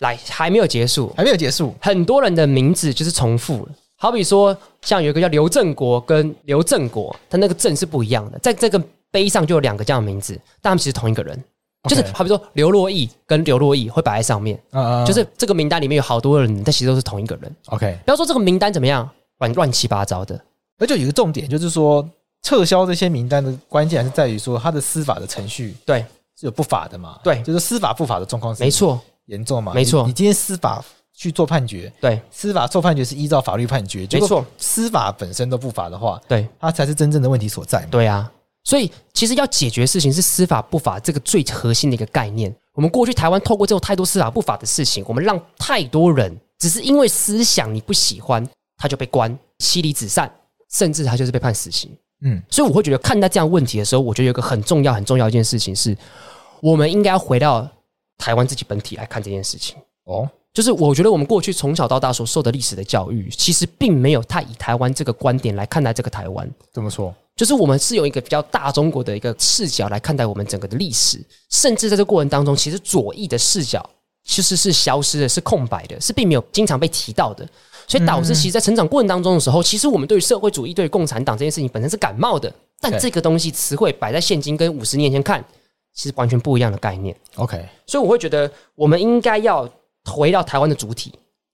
[SPEAKER 1] 来，还没有结束，
[SPEAKER 2] 还没有结束。
[SPEAKER 1] 很多人的名字就是重复了。好比说，像有一个叫刘正国跟刘正国，他那个正是不一样的，在这个碑上就有两个这样的名字，但他们其实同一个人，就是好比说刘若毅跟刘若毅会摆在上面。
[SPEAKER 2] 啊
[SPEAKER 1] 就是这个名单里面有好多人，但其实都是同一个人。
[SPEAKER 2] OK，
[SPEAKER 1] 不要说这个名单怎么样，乱乱七八糟的。
[SPEAKER 2] 而且有一个重点就是说，撤销这些名单的关键还是在于说他的司法的程序
[SPEAKER 1] 对，
[SPEAKER 2] 是有不法的嘛？
[SPEAKER 1] 对
[SPEAKER 2] 就是司法不法的状况是
[SPEAKER 1] 没错，
[SPEAKER 2] 严重嘛？
[SPEAKER 1] 没错
[SPEAKER 2] 你你今天司法去做判决，
[SPEAKER 1] 对
[SPEAKER 2] 司法做判决是依照法律判决，结果
[SPEAKER 1] 没错
[SPEAKER 2] 司法本身都不法的话，
[SPEAKER 1] 对
[SPEAKER 2] 它才是真正的问题所在嘛。
[SPEAKER 1] 对啊。所以其实要解决事情是司法不法这个最核心的一个概念。我们过去台湾透过这种太多司法不法的事情，我们让太多人只是因为思想你不喜欢，他就被关、妻离子散，甚至他就是被判死刑。
[SPEAKER 2] 嗯，
[SPEAKER 1] 所以我会觉得看待这样问题的时候，我觉得有一个很重要、很重要一件事情是，我们应该要回到台湾自己本体来看这件事情。
[SPEAKER 2] 哦，
[SPEAKER 1] 就是我觉得我们过去从小到大所受的历史的教育，其实并没有太以台湾这个观点来看待这个台湾。
[SPEAKER 2] 怎么说？
[SPEAKER 1] 就是我们是用一个比较大中国的一个视角来看待我们整个的历史，甚至在这过程当中，其实左翼的视角其实是消失的，是空白的，是并没有经常被提到的。所以导致其实，在成长过程当中的时候，其实我们对于社会主义、对于共产党这件事情本身是感冒的，但
[SPEAKER 2] 对
[SPEAKER 1] 这个东西词汇摆在现今跟五十年前看，其实完全不一样的概念。
[SPEAKER 2] OK，
[SPEAKER 1] 所以我会觉得，我们应该要回到台湾的主体，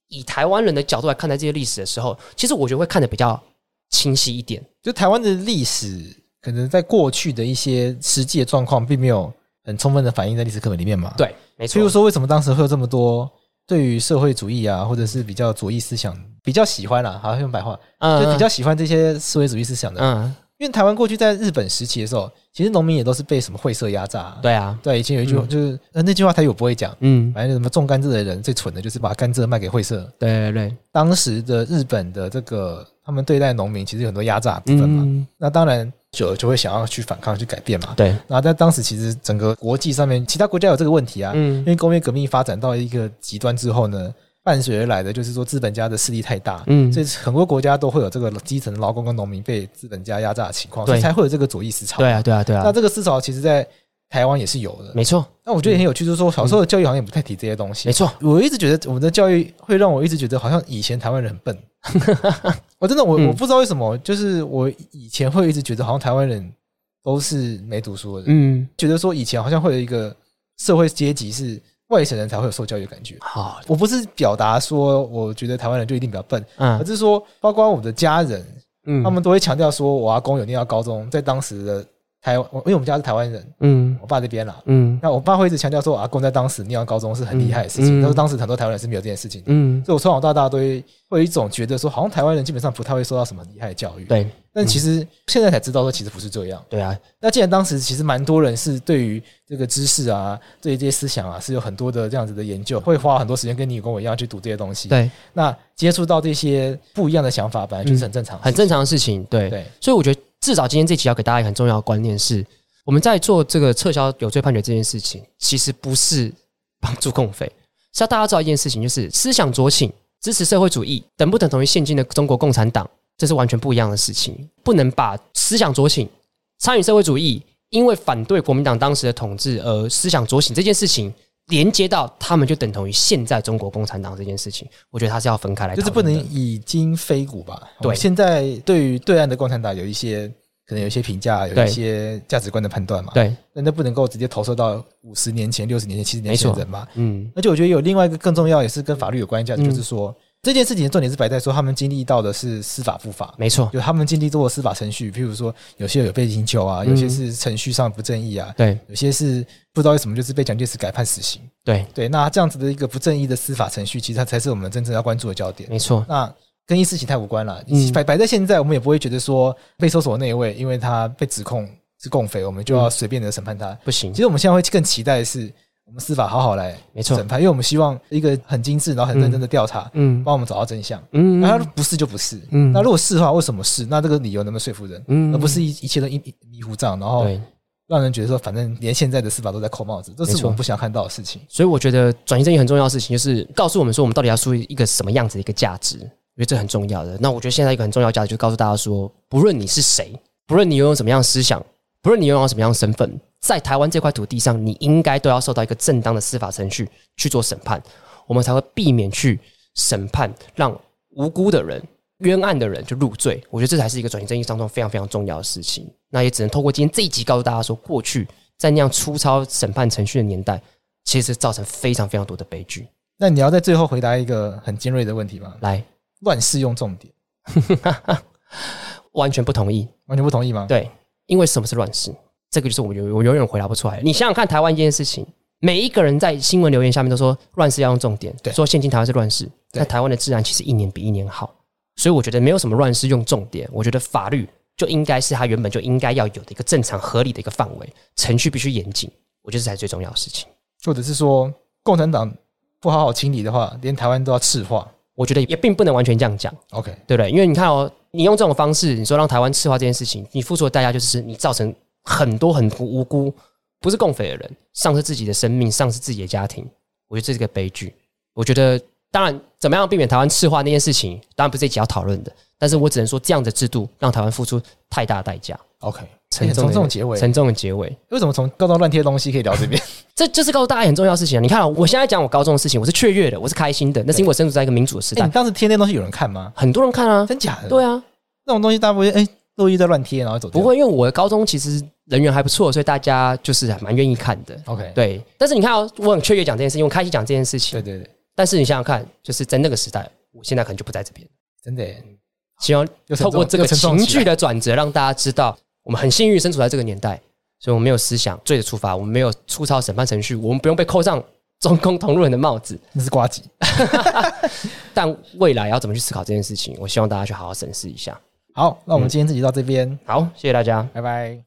[SPEAKER 1] 以台湾人的角度来看待这些历史的时候，其实我觉得会看得比较清晰一点。
[SPEAKER 2] 就台湾的历史，可能在过去的一些实际的状况，并没有很充分的反映在历史课本里面嘛。，
[SPEAKER 1] 对，没
[SPEAKER 2] 譬
[SPEAKER 1] 错
[SPEAKER 2] 如，说，为什么当时会有这么多对于社会主义啊，或者是比较左翼思想比较喜欢啊，好像用白话，
[SPEAKER 1] 嗯
[SPEAKER 2] 就比较喜欢这些社会主义思想的？
[SPEAKER 1] 嗯，
[SPEAKER 2] 因为台湾过去在日本时期的时候，其实农民也都是被什么会社压榨、啊。
[SPEAKER 1] 对啊，
[SPEAKER 2] 对，以前有一句、话就是呃那句话台语我不会讲，
[SPEAKER 1] 嗯，
[SPEAKER 2] 反正什么种甘蔗的人最蠢的就是把甘蔗卖给会社。
[SPEAKER 1] 对对对，
[SPEAKER 2] 当时的日本的这个他们对待农民其实有很多压榨的部分嘛，
[SPEAKER 1] 嗯，
[SPEAKER 2] 那当然久了就会想要去反抗去改变嘛。
[SPEAKER 1] 对，
[SPEAKER 2] 然后在当时其实整个国际上面，其他国家有这个问题啊，因
[SPEAKER 1] 嗯
[SPEAKER 2] 为工业革命发展到一个极端之后呢，伴随而来的就是说资本家的势力太大，
[SPEAKER 1] 嗯
[SPEAKER 2] 所，以很多国家都会有这个基层劳工跟农民被资本家压榨的情况，
[SPEAKER 1] 对
[SPEAKER 2] 所以才会有这个左翼思潮。
[SPEAKER 1] 对啊，对啊，对
[SPEAKER 2] 那
[SPEAKER 1] 啊，
[SPEAKER 2] 这个思潮其实，在台湾也是有的。
[SPEAKER 1] 没错，
[SPEAKER 2] 那我觉得也很有趣，就是说小时候的教育好像也不太提这些东西
[SPEAKER 1] 没。错，
[SPEAKER 2] 我一直觉得我们的教育会让我一直觉得好像以前台湾人很 笨。我真的我
[SPEAKER 1] 嗯
[SPEAKER 2] 我不知道为什么，就是我以前会一直觉得好像台湾人都是没读书的人，
[SPEAKER 1] 嗯，
[SPEAKER 2] 觉得说以前好像会有一个社会阶级是外省人才会有受教育的感觉。
[SPEAKER 1] 好，
[SPEAKER 2] 我不是表达说我觉得台湾人就一定比较笨，而
[SPEAKER 1] 嗯
[SPEAKER 2] 是说包括我的家人，
[SPEAKER 1] 嗯，
[SPEAKER 2] 他们都会强调说我阿公有念到高中，在当时的台湾，我因为我们家是台湾人，
[SPEAKER 1] 嗯
[SPEAKER 2] 我爸这边啦。
[SPEAKER 1] 嗯
[SPEAKER 2] 那我爸会一直强调说，我阿公在当时念到高中是很厉害的事
[SPEAKER 1] 嗯
[SPEAKER 2] 情，
[SPEAKER 1] 嗯
[SPEAKER 2] 但是当时很多台湾人是没有这件事情的。
[SPEAKER 1] 嗯，
[SPEAKER 2] 所以我从小到大都会会有一种觉得说，好像台湾人基本上不太会受到什么厉害的教育。，
[SPEAKER 1] 对嗯
[SPEAKER 2] 但其实现在才知道说，其实不是这样。
[SPEAKER 1] 对啊，
[SPEAKER 2] 那既然当时其实蛮多人是对于这个知识啊，对于这些思想啊，是有很多的这样子的研究，会花很多时间跟你跟我一样去读这些东西。，
[SPEAKER 1] 对，
[SPEAKER 2] 那接触到这些不一样的想法，本来就是很正常的
[SPEAKER 1] 很
[SPEAKER 2] 事情。
[SPEAKER 1] 正常的事情，对，
[SPEAKER 2] 对，
[SPEAKER 1] 所以我觉得至少今天这期要给大家一个很重要的观念是，我们在做这个撤销有罪判决这件事情，其实不是帮助共匪，是要大家知道一件事情，就是思想酌情、支持社会主义等不等同于现今的中国共产党，这是完全不一样的事情，不能把思想酌情、参与社会主义，因为反对国民党当时的统治而思想酌情这件事情。连接到他们就等同于现在中国共产党这件事情，我觉得它是要分开来讨论
[SPEAKER 2] 就是
[SPEAKER 1] 的，
[SPEAKER 2] 不能以今非古吧。
[SPEAKER 1] 对
[SPEAKER 2] 我现在对于对岸的共产党有一些可能有一些评价，有
[SPEAKER 1] 对
[SPEAKER 2] 一些价值观的判断嘛。，
[SPEAKER 1] 对，
[SPEAKER 2] 但那不能够直接投射到五十年前、六十年前、七十年前的人嘛。
[SPEAKER 1] 嗯，
[SPEAKER 2] 而且我觉得有另外一个更重要，也是跟法律有关的价值，
[SPEAKER 1] 嗯
[SPEAKER 2] 就是说这件事情的重点是摆在说他们经历到的是司法不法。
[SPEAKER 1] 没错，
[SPEAKER 2] 就他们经历过司法程序，譬如说有些有被刑求啊，
[SPEAKER 1] 嗯
[SPEAKER 2] 有些是程序上不正义啊，
[SPEAKER 1] 对
[SPEAKER 2] 有些是不知道为什么就是被蒋介石改判死刑。
[SPEAKER 1] 对，
[SPEAKER 2] 对，那这样子的一个不正义的司法程序，其实它才是我们真正要关注的焦点。
[SPEAKER 1] 没错，
[SPEAKER 2] 那跟意识形态无关了
[SPEAKER 1] 嗯，
[SPEAKER 2] 摆摆在现在，我们也不会觉得说被搜索的那一位，因为他被指控是共匪，我们
[SPEAKER 1] 嗯
[SPEAKER 2] 就要随便的审判他。
[SPEAKER 1] 不行
[SPEAKER 2] 其，实我们现在会更期待的是，我们司法好好来
[SPEAKER 1] 没错
[SPEAKER 2] 审，判，因为我们希望一个很精致，然后很认真的调查，
[SPEAKER 1] 嗯
[SPEAKER 2] 帮我们找到真相。
[SPEAKER 1] 嗯
[SPEAKER 2] 那他不是就不是，
[SPEAKER 1] 嗯
[SPEAKER 2] 那如果是的话，为什么是？那这个理由能不能说服人？
[SPEAKER 1] 嗯
[SPEAKER 2] 而不是一一切都一一迷糊账，然后
[SPEAKER 1] 对，
[SPEAKER 2] 让人觉得说，反正连现在的司法都在扣帽子，这
[SPEAKER 1] 没
[SPEAKER 2] 是
[SPEAKER 1] 错
[SPEAKER 2] 我们不想看到的事情。
[SPEAKER 1] 所以我觉得转型正义很重要的事情，就是告诉我们说我们到底要树立一个什么样子的一个价值，我觉得这很重要的。那我觉得现在一个很重要的价值，就是告诉大家说，不论你是谁，不论你拥有什么样的思想，不论你拥有什么样的身份，在台湾这块土地上，你应该都要受到一个正当的司法程序去做审判，我们才会避免去审判让无辜的人。冤案的人就入罪，我觉得这才是一个转型正义当中非常非常重要的事情。那也只能透过今天这一集告诉大家说，过去在那样粗糙审判程序的年代，其实造成非常非常多的悲剧。
[SPEAKER 2] 那你要在最后回答一个很尖锐的问题吗？
[SPEAKER 1] 来，
[SPEAKER 2] 乱适用重点，
[SPEAKER 1] 完全不同意，
[SPEAKER 2] 完全不同意吗？
[SPEAKER 1] 对，因为什么是乱世？这个就是我永我永远回答不出来。你想想看，台湾这件事情，每一个人在新闻留言下面都说乱世要用重点，
[SPEAKER 2] 对
[SPEAKER 1] 说现今台湾是乱世，
[SPEAKER 2] 对
[SPEAKER 1] 但台湾的治安其实一年比一年好，所以我觉得没有什么乱世用重点，我觉得法律就应该是它原本就应该要有的一个正常合理的一个范围，程序必须严谨，我觉得这才是最重要的事情。
[SPEAKER 2] 或者是说，共产党不好好清理的话，连台湾都要赤化
[SPEAKER 1] 我觉得也并不能完全这样讲。
[SPEAKER 2] ？OK，
[SPEAKER 1] 对不对？因为你看哦，你用这种方式，你说让台湾赤化这件事情，你付出的代价就是你造成很多很多无辜不是共匪的人丧失自己的生命，丧失自己的家庭。我觉得这是个悲剧。我觉得当然，怎么样避免台湾赤化那件事情，当然不是这一集要讨论的。但是我只能说，这样的制度让台湾付出太大的代价，
[SPEAKER 2] OK，
[SPEAKER 1] 沉
[SPEAKER 2] 哎
[SPEAKER 1] 重
[SPEAKER 2] 从
[SPEAKER 1] 的
[SPEAKER 2] 这种结尾，
[SPEAKER 1] 沉重的结尾。
[SPEAKER 2] 为什么从高到乱贴东西可以聊这边？
[SPEAKER 1] 这 就是告诉大家很重要的事情啊！你看、啊，我现在讲我高中的事情，我是雀跃的，我是开心的，那是因为我身处在一个民主的时
[SPEAKER 2] 哎
[SPEAKER 1] 代
[SPEAKER 2] 你，当时贴那东西有人看吗？
[SPEAKER 1] 很多人看啊，
[SPEAKER 2] 真假的？
[SPEAKER 1] 对啊，
[SPEAKER 2] 那种东西大部分哎，都一在乱贴，然后走掉
[SPEAKER 1] 不会，因为我的高中其实人缘还不错，所以大家就是还蛮愿意看的。
[SPEAKER 2] OK，
[SPEAKER 1] 对，但是你看、哦，我很雀跃讲这件事情，我开心讲这件事情
[SPEAKER 2] 对。对对，
[SPEAKER 1] 但是你想想看，就是在那个时代，我现在可能就不在这边。
[SPEAKER 2] 真的耶
[SPEAKER 1] 希望
[SPEAKER 2] 又沉
[SPEAKER 1] 透
[SPEAKER 2] 重
[SPEAKER 1] 过这个
[SPEAKER 2] 又沉重
[SPEAKER 1] 情
[SPEAKER 2] 起来
[SPEAKER 1] 绪的转折，让大家知道我们很幸运身处在这个年代，所以我们没有思想罪的处罚，我们没有粗糙审判程序，我们不用被扣上 中共同路人的帽子。
[SPEAKER 2] 那是瓜吉。
[SPEAKER 1] 但未来要怎么去思考这件事情，我希望大家去好好审视一下。嗯
[SPEAKER 2] 好，那我们今天这集到这边，
[SPEAKER 1] 好，谢谢大家。
[SPEAKER 2] 拜拜。